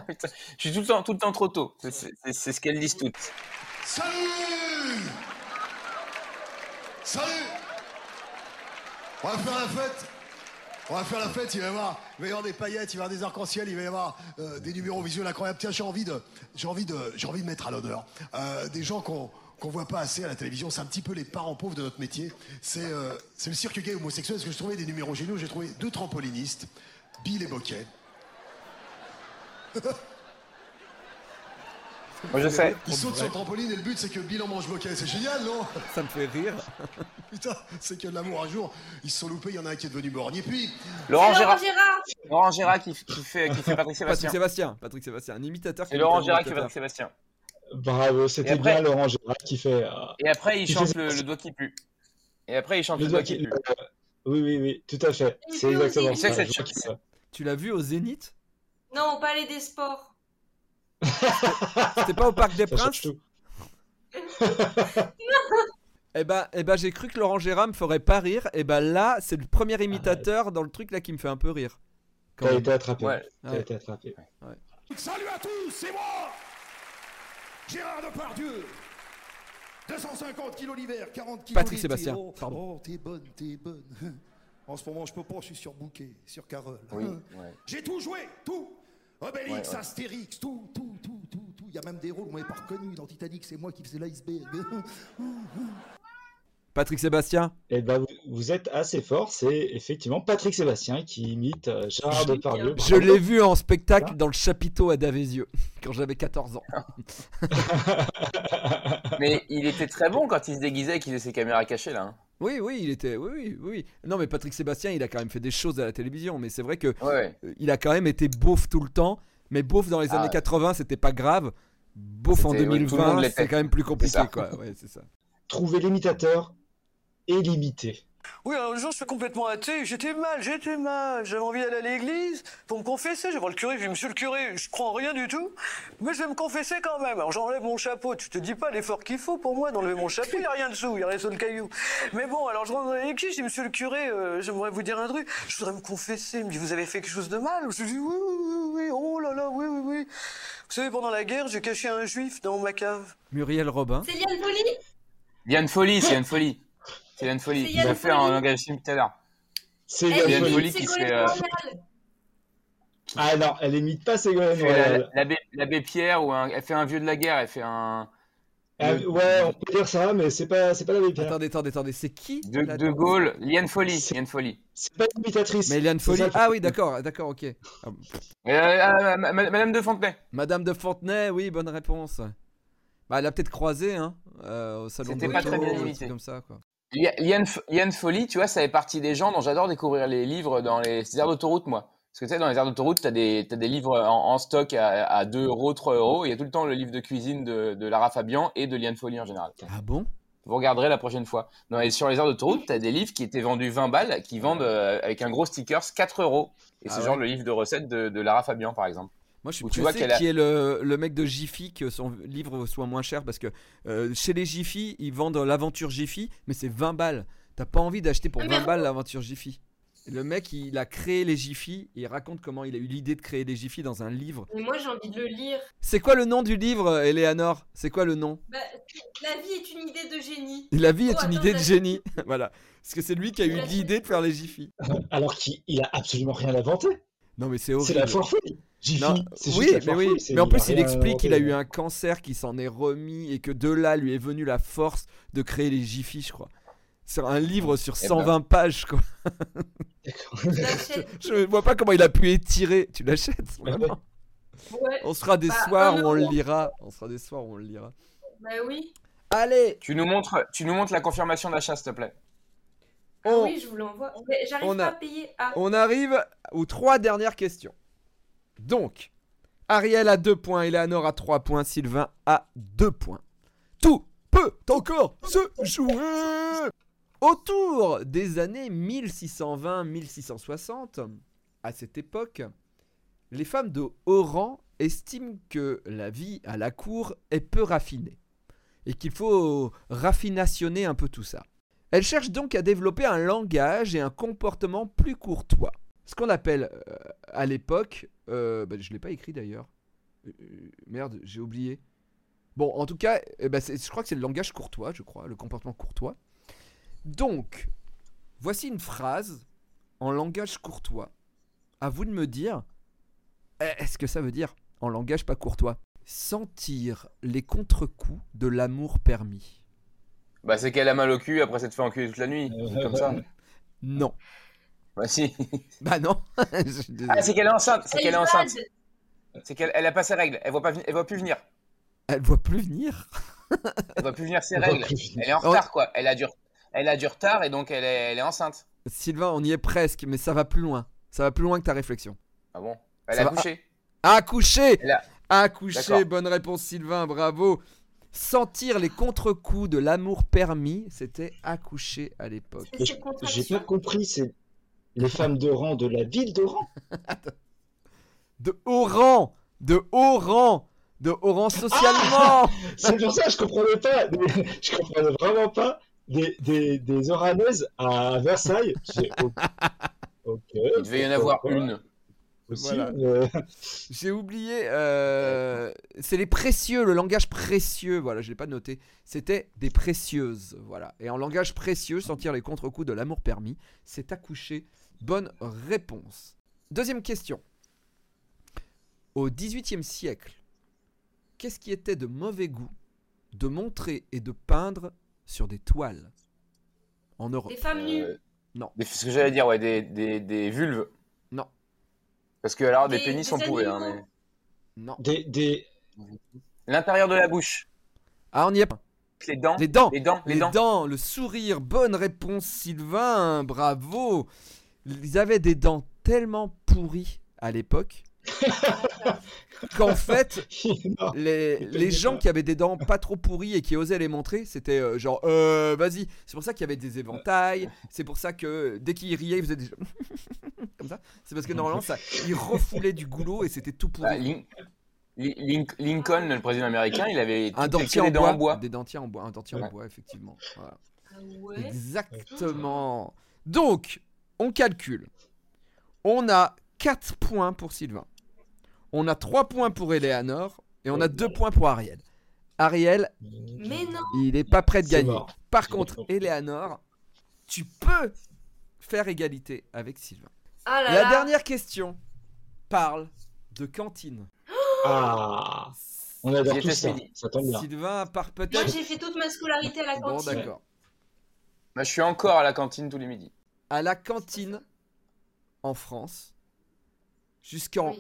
[SPEAKER 4] Putain, Je suis tout le temps, tout le temps trop tôt. C'est- C'est c'est ce qu'elles disent toutes.
[SPEAKER 10] Salut Salut On va faire la fête On va faire la fête, il va y avoir, il va y avoir des paillettes, il va y avoir des arcs-en-ciel, il va y avoir euh, des numéros visuels incroyables. Tiens, j'ai envie de, j'ai envie de, j'ai envie de mettre à l'honneur euh, des gens qu'on qu'on voit pas assez à la télévision. C'est un petit peu les parents pauvres de notre métier. C'est euh, c'est le cirque gay homosexuel. Parce que je trouvais des numéros géniaux. J'ai trouvé deux trampolinistes, Bill et Boquet.
[SPEAKER 4] Moi, je sais.
[SPEAKER 10] Ils sautent sur le trampoline et le but c'est que Bill en mange Boquet. C'est génial, non
[SPEAKER 2] Ça me fait rire.
[SPEAKER 10] Putain, c'est que de l'amour un jour. Ils se sont loupés, il y en a un qui est devenu borgne. Et puis,
[SPEAKER 4] Laurent
[SPEAKER 3] C'est Laurent
[SPEAKER 4] Gérard,
[SPEAKER 3] Gérard
[SPEAKER 4] Laurent Gérard qui, qui fait, qui fait Patrick
[SPEAKER 2] Patrick
[SPEAKER 4] Sébastien.
[SPEAKER 2] Sébastien. Patrick Sébastien, un imitateur.
[SPEAKER 4] C'est Laurent
[SPEAKER 2] imite un
[SPEAKER 4] Gérard qui fait
[SPEAKER 2] imitateur.
[SPEAKER 4] Patrick Sébastien.
[SPEAKER 5] Bravo,
[SPEAKER 4] Et
[SPEAKER 5] c'était
[SPEAKER 4] après-
[SPEAKER 5] bien Laurent Gérald qui fait. euh,
[SPEAKER 4] Et après, il
[SPEAKER 5] Il
[SPEAKER 4] chante
[SPEAKER 5] fait-
[SPEAKER 4] le, le doigt qui pue. Et après, il chante
[SPEAKER 5] le doigt qui-
[SPEAKER 4] pue.
[SPEAKER 5] euh, Oui, oui, oui, tout à fait.
[SPEAKER 3] Et puis
[SPEAKER 5] C'est
[SPEAKER 3] aussi,
[SPEAKER 5] exactement
[SPEAKER 3] il
[SPEAKER 5] ça.
[SPEAKER 4] fait
[SPEAKER 5] le
[SPEAKER 4] cette
[SPEAKER 5] doigt qui-
[SPEAKER 4] chose.
[SPEAKER 2] Tu l'as vu au Zénith
[SPEAKER 3] Non, au Palais des Sports.
[SPEAKER 2] C'était pas au Parc des
[SPEAKER 5] Ça
[SPEAKER 2] Princes
[SPEAKER 5] change tout.
[SPEAKER 2] Eh ben, eh ben j'ai cru que Laurent Gérard me ferait pas rire. Eh ben là, c'est le premier imitateur dans le truc là qui me fait un peu rire. Quand
[SPEAKER 5] T'as
[SPEAKER 2] même.
[SPEAKER 5] été attrapé.
[SPEAKER 4] Ouais.
[SPEAKER 5] T'as
[SPEAKER 2] Ouais.
[SPEAKER 5] été attrapé.
[SPEAKER 10] Salut à tous, c'est moi Gérard Depardieu 250 kilos l'hiver, 40 kilos
[SPEAKER 2] Patrick
[SPEAKER 10] l'été.
[SPEAKER 2] Sébastien,
[SPEAKER 10] Oh,
[SPEAKER 2] pardon.
[SPEAKER 10] oh, t'es bonne, t'es bonne. En ce moment, je peux pas, je suis sur Bouquet, sur Carole.
[SPEAKER 4] Oui, ouais.
[SPEAKER 10] J'ai tout joué, tout Obélix,
[SPEAKER 4] Ouais, ouais.
[SPEAKER 10] Astérix, tout, tout, tout, tout, tout. Il y a même des rôles, vous m'avez pas reconnu. Dans Titanic, c'est moi qui faisais l'iceberg.
[SPEAKER 2] Patrick Sébastien.
[SPEAKER 5] Et ben, vous, vous êtes assez fort. C'est effectivement Patrick Sébastien qui imite euh, Gérard Depardieu.
[SPEAKER 2] Je l'ai vu en
[SPEAKER 5] Hein
[SPEAKER 2] spectacle dans le chapiteau à Davézieux quand j'avais 14 ans.
[SPEAKER 4] Mais il était très bon quand il se déguisait et qu'il faisait ses caméras cachées là. hein.
[SPEAKER 2] Oui, oui, il était. Oui, oui, oui. Non, mais Patrick Sébastien, il a quand même fait des choses à la télévision. Mais c'est vrai que
[SPEAKER 4] Ouais, ouais.
[SPEAKER 2] euh, il a quand même été beauf tout le temps. Mais beauf dans les
[SPEAKER 4] Ah
[SPEAKER 2] années
[SPEAKER 4] ouais.
[SPEAKER 2] 80, c'était pas grave. Beauf en
[SPEAKER 4] C'était- oui, tout le monde
[SPEAKER 2] 2020,
[SPEAKER 4] l'était.
[SPEAKER 2] c'est quand même plus compliqué,
[SPEAKER 4] ça.
[SPEAKER 2] quoi. Ouais, c'est ça.
[SPEAKER 5] Trouver l'imitateur et l'imiter.
[SPEAKER 11] Oui, un jour, je suis complètement athée. J'étais mal, j'étais mal. J'avais envie d'aller à l'église pour me confesser. J'ai voir le curé, je lui dis, monsieur le curé, je crois en rien du tout, mais je vais me confesser quand même. Alors j'enlève mon chapeau. Tu te dis pas l'effort qu'il faut pour moi d'enlever mon chapeau. Il n'y a rien dessous, il y a rien sur le caillou. Mais bon, alors je rentre dans l'église, je dis, monsieur le curé, euh, j'aimerais vous dire un truc. Je voudrais me confesser. Il me dit, vous avez fait quelque chose de mal Je lui dis, oui, oui, oui, oui, oh là là, oui, oui, oui. Vous savez, pendant la guerre, j'ai caché un juif dans ma cave.
[SPEAKER 2] Muriel Robin.
[SPEAKER 3] C'est Liane Poli
[SPEAKER 4] Yann Folie, c'est Yann Folie. C'est Yann Folie.
[SPEAKER 3] C'est
[SPEAKER 4] Il
[SPEAKER 3] Yann
[SPEAKER 4] a fait un
[SPEAKER 3] Folli.
[SPEAKER 4] langage film tout à l'heure.
[SPEAKER 5] C'est
[SPEAKER 4] Elle
[SPEAKER 5] Yann
[SPEAKER 4] imite-
[SPEAKER 5] Folli.
[SPEAKER 4] Folli
[SPEAKER 3] c'est
[SPEAKER 4] qui se
[SPEAKER 3] Colin
[SPEAKER 4] fait, euh,
[SPEAKER 3] Royal.
[SPEAKER 5] Ah non, elle imite pas Ségolène
[SPEAKER 4] Elle fait la-
[SPEAKER 5] Royal.
[SPEAKER 4] L'abbé l'abbé Pierre, ou un- elle fait un vieux de la guerre, elle fait un.
[SPEAKER 5] Ah,
[SPEAKER 4] le-
[SPEAKER 5] ouais, on peut dire ça, mais c'est pas, c'est pas la vérité.
[SPEAKER 2] Attendez, attendez, attendez. C'est qui
[SPEAKER 4] De,
[SPEAKER 2] là,
[SPEAKER 4] de
[SPEAKER 2] dans-
[SPEAKER 4] Gaulle, Yann Folie.
[SPEAKER 5] C'est-
[SPEAKER 4] Yann Folie.
[SPEAKER 5] C'est pas l'imitatrice.
[SPEAKER 2] Mais Eliane
[SPEAKER 5] C'est
[SPEAKER 2] Folly.
[SPEAKER 5] ça le
[SPEAKER 2] Ah oui, d'accord, d'accord, ok. Ah,
[SPEAKER 4] Euh, euh, ma- ma- Madame de Fontenay.
[SPEAKER 2] Madame de Fontenay, oui, bonne réponse. Bah, elle a peut-être croisé, hein, euh, au salon de
[SPEAKER 4] C'était pas
[SPEAKER 2] l'auto,
[SPEAKER 4] très bien
[SPEAKER 2] des
[SPEAKER 4] imité.
[SPEAKER 2] trucs comme ça, quoi.
[SPEAKER 4] Ya- Yann, F- Yann Folly, tu vois, ça fait partie des gens dont j'adore découvrir les livres dans les ces aires d'autoroute, moi. Parce que tu sais, dans les aires d'autoroute, t'as des, t'as des livres en, en stock à, à 2 euros, 3 euros. Il y a tout le temps le livre de cuisine de, de Lara Fabian et de Yann Folly en général.
[SPEAKER 2] Ah bon
[SPEAKER 4] Vous regarderez la prochaine fois. Non, et sur les aires d'autoroute, t'as des livres qui étaient vendus 20 balles, qui vendent euh, avec un gros sticker 4 euros. Et
[SPEAKER 2] Ah
[SPEAKER 4] c'est
[SPEAKER 2] ouais.
[SPEAKER 4] genre le livre de recettes de, de Lara Fabian, par exemple.
[SPEAKER 2] Moi, je suis
[SPEAKER 4] Ou tu vois
[SPEAKER 2] pressé
[SPEAKER 4] qu'elle a-
[SPEAKER 2] qu'il y ait le, le mec de Jiffy que son livre soit moins cher parce que euh, chez les Jiffy, ils vendent l'aventure Jiffy, mais c'est 20 balles. T'as pas envie d'acheter pour
[SPEAKER 3] Ah,
[SPEAKER 2] 20
[SPEAKER 3] merde.
[SPEAKER 2] balles l'aventure Jiffy. Le mec, il a créé les Jiffy et il raconte comment il a eu l'idée de créer les Jiffy dans un livre.
[SPEAKER 3] Mais moi, j'ai envie de le lire.
[SPEAKER 2] C'est quoi le nom du livre, euh, Eleanor C'est quoi le nom
[SPEAKER 3] Bah, la vie est une idée de génie.
[SPEAKER 2] La vie est une
[SPEAKER 3] Oh, attends,
[SPEAKER 2] idée de
[SPEAKER 3] t'as-
[SPEAKER 2] génie. voilà. Parce que c'est lui qui a eu l'idée de faire les Jiffy.
[SPEAKER 5] truc. Alors qu'il il a absolument rien inventé.
[SPEAKER 2] Non, mais c'est
[SPEAKER 5] C'est
[SPEAKER 2] horrible.
[SPEAKER 5] la forfouille. J'y
[SPEAKER 2] Non,
[SPEAKER 5] finis, c'est juste
[SPEAKER 2] oui,
[SPEAKER 5] la
[SPEAKER 2] mais
[SPEAKER 5] forfouille,
[SPEAKER 2] oui.
[SPEAKER 5] c'est-
[SPEAKER 2] Mais en
[SPEAKER 5] y a
[SPEAKER 2] plus, il
[SPEAKER 5] rien à
[SPEAKER 2] explique qu'il a
[SPEAKER 5] inventer.
[SPEAKER 2] eu un cancer, qu'il s'en est remis et que de là lui est venue la force de créer les Jiffy, je crois. C'est un livre sur
[SPEAKER 4] Eh ben.
[SPEAKER 2] 120 pages, quoi.
[SPEAKER 3] L'achète.
[SPEAKER 2] Je ne vois pas comment il a pu étirer. Tu l'achètes vraiment
[SPEAKER 3] Ouais,
[SPEAKER 2] On sera des
[SPEAKER 3] Bah,
[SPEAKER 2] soirs
[SPEAKER 3] un
[SPEAKER 2] où on le
[SPEAKER 3] euro.
[SPEAKER 2] lira. On sera des soirs où on le lira.
[SPEAKER 3] bah oui.
[SPEAKER 2] Allez,
[SPEAKER 4] Tu nous montres, tu nous montres la confirmation d'achat, s'il te plaît.
[SPEAKER 3] Ah
[SPEAKER 2] on,
[SPEAKER 3] oui, je vous l'envoie. Mais J'arrive
[SPEAKER 2] on
[SPEAKER 3] pas
[SPEAKER 2] a-
[SPEAKER 3] à payer. Ah,
[SPEAKER 2] on arrive aux trois dernières questions. Donc, Ariel a 2 points, Eleanor a 3 points, Sylvain a 2 points. Tout peut encore se jouer Autour des années 1620-1660, à cette époque, les femmes de haut rang estiment que la vie à la cour est peu raffinée et qu'il faut raffinationner un peu tout ça. Elles cherchent donc à développer un langage et un comportement plus courtois. Ce qu'on appelle euh, à l'époque, euh, bah, je ne l'ai pas écrit d'ailleurs. Euh, euh, merde, j'ai oublié. Bon, en tout cas, eh ben, c'est- je crois que c'est le langage courtois, je crois, le comportement courtois. Donc, voici une phrase en langage courtois. À vous de me dire, euh, est-ce que ça veut dire en langage pas courtois Sentir les contre-coups de l'amour permis.
[SPEAKER 4] Bah, c'est qu'elle a mal au cul après s'être fait enculer toute la nuit. C'est comme ça.
[SPEAKER 2] Non.
[SPEAKER 4] Bah, si.
[SPEAKER 2] Bah non. Je suis désolé.
[SPEAKER 4] Ah, c'est qu'elle est enceinte. C'est qu'elle est
[SPEAKER 3] Elvade,
[SPEAKER 4] enceinte. C'est qu'elle elle a pas ses règles. Elle voit pas, ven- elle voit plus venir.
[SPEAKER 2] Elle voit plus venir.
[SPEAKER 4] Elle voit plus venir ses
[SPEAKER 5] On va
[SPEAKER 4] règles.
[SPEAKER 5] plus finir.
[SPEAKER 4] Elle est en
[SPEAKER 2] Oh.
[SPEAKER 4] retard, quoi. Elle a du, elle a du retard et donc elle est, elle est enceinte.
[SPEAKER 2] Sylvain, on y est presque, mais ça va plus loin. Ça va plus loin que ta réflexion.
[SPEAKER 4] Ah bon Elle
[SPEAKER 2] Ça
[SPEAKER 4] a
[SPEAKER 2] va.
[SPEAKER 4] couché.
[SPEAKER 2] Accoucher
[SPEAKER 4] Elle a-
[SPEAKER 2] Accoucher,
[SPEAKER 4] D'accord.
[SPEAKER 2] bonne réponse Sylvain, bravo. Sentir les contre-coups de l'amour permis, c'était accoucher à l'époque.
[SPEAKER 3] c'est ses
[SPEAKER 5] Mais je- J'ai
[SPEAKER 3] contractions.
[SPEAKER 5] pas compris, c'est les femmes de rang de la ville de rang.
[SPEAKER 2] De haut rang De haut rang De haut rang socialement
[SPEAKER 5] C'est pour ça que je comprenais pas, mais je comprenais vraiment pas des, des, des oranaises à Versailles. J'ai- Ok.
[SPEAKER 4] Il devait y en avoir une.
[SPEAKER 5] Aussi, euh,
[SPEAKER 2] Voilà.
[SPEAKER 5] mais-
[SPEAKER 2] J'ai oublié. euh, c'est les précieux, le langage précieux. Voilà, je l'ai pas noté. C'était des précieuses. Voilà. Et en langage précieux, sentir les contre-coups de l'amour permis, c'est accoucher. Bonne réponse. Deuxième question. Au XVIIIe siècle, qu'est-ce qui était de mauvais goût de montrer et de peindre sur des toiles en Europe
[SPEAKER 3] Des femmes nues.
[SPEAKER 4] Euh,
[SPEAKER 2] Non.
[SPEAKER 4] des- ce que j'allais dire, ouais, des, des, des vulves.
[SPEAKER 2] Non.
[SPEAKER 4] Parce que alors, des,
[SPEAKER 3] Des-
[SPEAKER 4] pénis,
[SPEAKER 3] des
[SPEAKER 4] on pouvait. hein,
[SPEAKER 3] animaux.
[SPEAKER 4] mais-
[SPEAKER 2] Non.
[SPEAKER 5] Des, des...
[SPEAKER 4] L'intérieur de la bouche.
[SPEAKER 2] Ah, on y est. pas.
[SPEAKER 4] Les dents.
[SPEAKER 2] Les dents.
[SPEAKER 4] Les dents.
[SPEAKER 2] Les,
[SPEAKER 4] Les dents.
[SPEAKER 2] dents. le sourire, bonne réponse Sylvain, bravo. Ils avaient des dents tellement pourries à l'époque qu'en fait
[SPEAKER 5] Non.
[SPEAKER 2] les,
[SPEAKER 5] Ils
[SPEAKER 2] les
[SPEAKER 5] peignaient
[SPEAKER 2] gens
[SPEAKER 5] pas.
[SPEAKER 2] qui avaient des dents pas trop pourries et qui osaient les montrer, c'était euh, genre euh, vas-y. C'est pour ça qu'il y avait des éventails, c'est pour ça que dès qu'ils riaient, ils faisaient des comme ça. C'est parce que normalement ça ils refoulaient du goulot et c'était tout
[SPEAKER 4] Bah,
[SPEAKER 2] pourri.
[SPEAKER 4] Lin- Lin- Lin- Lincoln, le président américain, il avait
[SPEAKER 2] Un
[SPEAKER 4] que
[SPEAKER 2] dentier
[SPEAKER 4] des
[SPEAKER 2] en
[SPEAKER 4] dents
[SPEAKER 2] bois, des dentiers en bois, un dentier en
[SPEAKER 4] Ouais.
[SPEAKER 2] bois effectivement. Voilà.
[SPEAKER 3] Ah Ouais.
[SPEAKER 2] Exactement. Donc, on calcule. On a 4 points pour Sylvain. On a 3 points pour Eleanor. Et on a 2 points pour Ariel. Ariel,
[SPEAKER 3] Mais non,
[SPEAKER 2] il est pas prêt de
[SPEAKER 5] C'est
[SPEAKER 2] gagner.
[SPEAKER 5] mort.
[SPEAKER 2] Par contre, Eleanor, tu peux faire égalité avec Sylvain.
[SPEAKER 3] ah là
[SPEAKER 2] La
[SPEAKER 3] là.
[SPEAKER 2] dernière question parle de cantine.
[SPEAKER 5] Ah, on adore
[SPEAKER 4] J'y
[SPEAKER 5] tout
[SPEAKER 4] étais ce
[SPEAKER 5] ça.
[SPEAKER 4] midi.
[SPEAKER 5] Ça tombe bien.
[SPEAKER 2] Sylvain part
[SPEAKER 3] Moi,
[SPEAKER 2] peut-être.
[SPEAKER 3] j'ai fait toute ma scolarité à la
[SPEAKER 2] Bon,
[SPEAKER 3] cantine.
[SPEAKER 2] d'accord.
[SPEAKER 4] Bah, je suis encore à la cantine tous les midis.
[SPEAKER 2] à la cantine en France jusqu'en
[SPEAKER 3] Oui.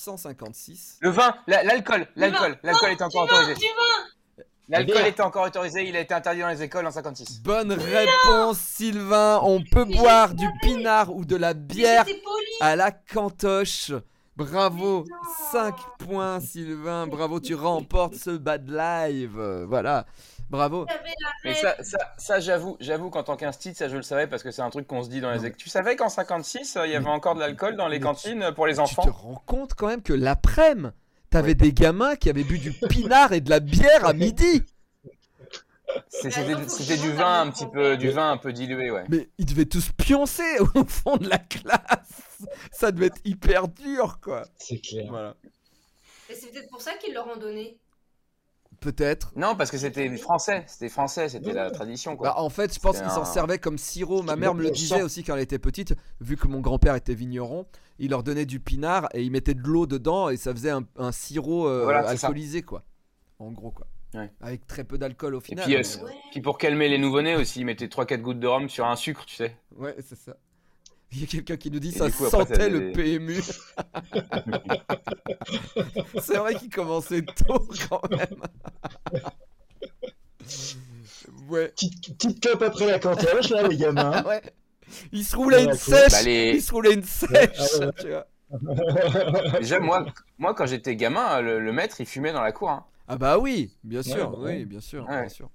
[SPEAKER 2] 1956.
[SPEAKER 4] Le vin, la- l'alcool,
[SPEAKER 3] Du vin.
[SPEAKER 4] l'alcool, l'alcool est encore
[SPEAKER 3] Du vin,
[SPEAKER 4] autorisé.
[SPEAKER 3] du vin.
[SPEAKER 4] L'alcool
[SPEAKER 5] Bien.
[SPEAKER 4] était encore autorisé, il a été interdit dans les écoles en 56.
[SPEAKER 2] Bonne réponse, Sylvain. On peut
[SPEAKER 3] Mais je
[SPEAKER 2] boire du pinard ou de la bière
[SPEAKER 3] J'étais polie.
[SPEAKER 2] à la cantoche. Bravo,
[SPEAKER 3] Mais non.
[SPEAKER 2] 5 points, Sylvain. Bravo, tu remportes ce bad live. Euh, Voilà, bravo.
[SPEAKER 3] J'avais la
[SPEAKER 4] Mais
[SPEAKER 3] rêve.
[SPEAKER 4] ça, ça, ça j'avoue, j'avoue qu'en tant qu'institut, ça je le savais parce que c'est un truc qu'on se dit dans les écoles. Tu savais qu'en 56, euh, il y avait encore de l'alcool dans les
[SPEAKER 2] mais
[SPEAKER 4] cantines pour les
[SPEAKER 2] Tu te
[SPEAKER 4] enfants
[SPEAKER 2] rends compte quand même que l'après-midi, t'avais des gamins qui avaient bu du pinard et de la bière à midi.
[SPEAKER 4] C'est-
[SPEAKER 3] Mais attends,
[SPEAKER 4] C'était
[SPEAKER 3] faut
[SPEAKER 4] c'était
[SPEAKER 3] que
[SPEAKER 4] du
[SPEAKER 3] je
[SPEAKER 4] vin
[SPEAKER 3] regarde
[SPEAKER 4] un petit
[SPEAKER 3] les
[SPEAKER 4] peu, du vin un peu dilué, ouais.
[SPEAKER 2] Mais ils devaient tous pioncer au fond de la classe. Ça devait être hyper dur, quoi.
[SPEAKER 5] C'est clair.
[SPEAKER 2] Voilà.
[SPEAKER 3] Mais c'est peut-être pour ça qu'ils leur ont donné.
[SPEAKER 2] Peut-être.
[SPEAKER 4] Non, parce que c'était français, c'était français, c'était la tradition quoi.
[SPEAKER 2] Bah, en fait, je pense
[SPEAKER 4] C'était
[SPEAKER 2] qu'ils s'en
[SPEAKER 4] un-
[SPEAKER 2] servaient comme sirop. Ma mère me le
[SPEAKER 4] bon
[SPEAKER 2] disait
[SPEAKER 4] sang.
[SPEAKER 2] aussi quand elle était petite, vu que mon grand-père était vigneron, il leur donnait du pinard et il mettait de l'eau dedans et ça faisait un, un sirop euh,
[SPEAKER 4] Voilà, c'est ça.
[SPEAKER 2] alcoolisé, quoi. En gros, quoi.
[SPEAKER 4] Ouais.
[SPEAKER 2] Avec très peu d'alcool au
[SPEAKER 4] Et
[SPEAKER 2] final.
[SPEAKER 4] puis, euh,
[SPEAKER 2] mais-
[SPEAKER 4] puis pour calmer les nouveau-nés aussi, ils mettaient 3-4 gouttes de rhum sur un sucre, tu sais.
[SPEAKER 2] Ouais, c'est ça. Il y a quelqu'un qui nous dit
[SPEAKER 4] Et
[SPEAKER 2] ça
[SPEAKER 4] du coup, après,
[SPEAKER 2] sentait
[SPEAKER 4] ça faisait
[SPEAKER 2] le
[SPEAKER 4] des-
[SPEAKER 2] PMU. c'est vrai qu'il commençait tôt quand même. ouais. Ah
[SPEAKER 12] Petite, petite clope après la cantoche, là, les gamins.
[SPEAKER 2] ouais. Il se roulait une
[SPEAKER 12] Ouais, cool.
[SPEAKER 2] sèche.
[SPEAKER 4] Bah, les-
[SPEAKER 2] Il se roulait une sèche.
[SPEAKER 12] ouais, ouais.
[SPEAKER 2] tu vois.
[SPEAKER 4] Déjà, moi, moi quand j'étais gamin, le, le maître, il fumait dans la cour. hein.
[SPEAKER 2] Ah bah oui, bien sûr,
[SPEAKER 12] bah
[SPEAKER 2] oui,
[SPEAKER 12] ouais.
[SPEAKER 2] bien sûr,
[SPEAKER 4] Ouais.
[SPEAKER 2] bien sûr.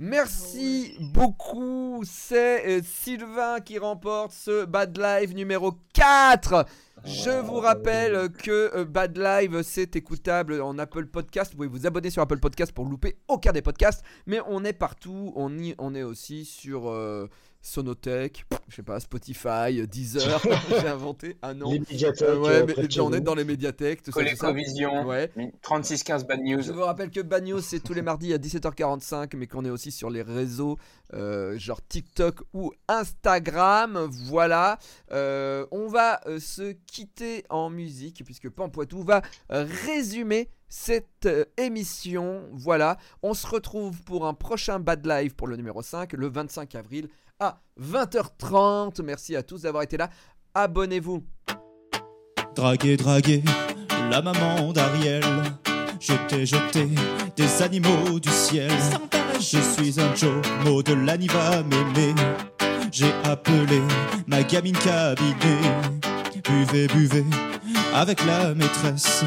[SPEAKER 2] Merci beaucoup, c'est euh, Sylvain qui remporte ce Bad Live numéro 4. Je vous rappelle que euh, Bad Live c'est écoutable en Apple Podcast. Vous pouvez vous abonner sur Apple Podcast pour louper aucun des podcasts. Mais on est partout. On, y, on est aussi sur euh, Sonotech, pff, je sais pas, Spotify, euh, Deezer. J'ai inventé un nom.
[SPEAKER 12] Les médiathèques.
[SPEAKER 2] Euh, ouais,
[SPEAKER 12] euh, près
[SPEAKER 2] mais
[SPEAKER 12] de chez
[SPEAKER 2] on
[SPEAKER 12] vous.
[SPEAKER 2] est
[SPEAKER 12] hein.
[SPEAKER 2] dans les médiathèques, tout ça, tout ça.
[SPEAKER 4] Colecovision,
[SPEAKER 2] Ouais.
[SPEAKER 4] 36-15 Bad
[SPEAKER 2] Je
[SPEAKER 4] News.
[SPEAKER 2] vous rappelle que Bagno, c'est tous les mardis à 17h45, mais qu'on est aussi sur les réseaux euh, genre TikTok ou Instagram. Voilà. Euh, on va euh, se quitter en musique, puisque Pampoitou va euh, résumer cette euh, émission. Voilà. On se retrouve pour un prochain Bad Live pour le numéro 5, le 25 avril à 20h30. Merci à tous d'avoir été là. Abonnez-vous.
[SPEAKER 5] Draguer, draguer, la maman d'Ariel. Jeter, jeter des animaux du ciel. Je suis un Jomo de l'aniva mémé. J'ai appelé ma gamine cabinet. Buvez, buvez avec la maîtresse.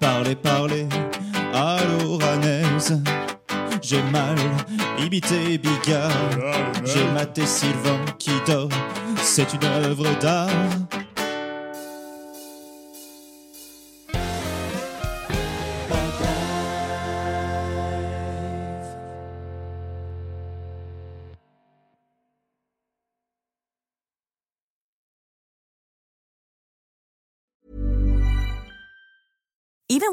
[SPEAKER 5] Parlez, parlez à l'oranaise. J'ai mal imité Bigard. J'ai maté Sylvain qui dort. C'est une œuvre d'art.
[SPEAKER 13] Even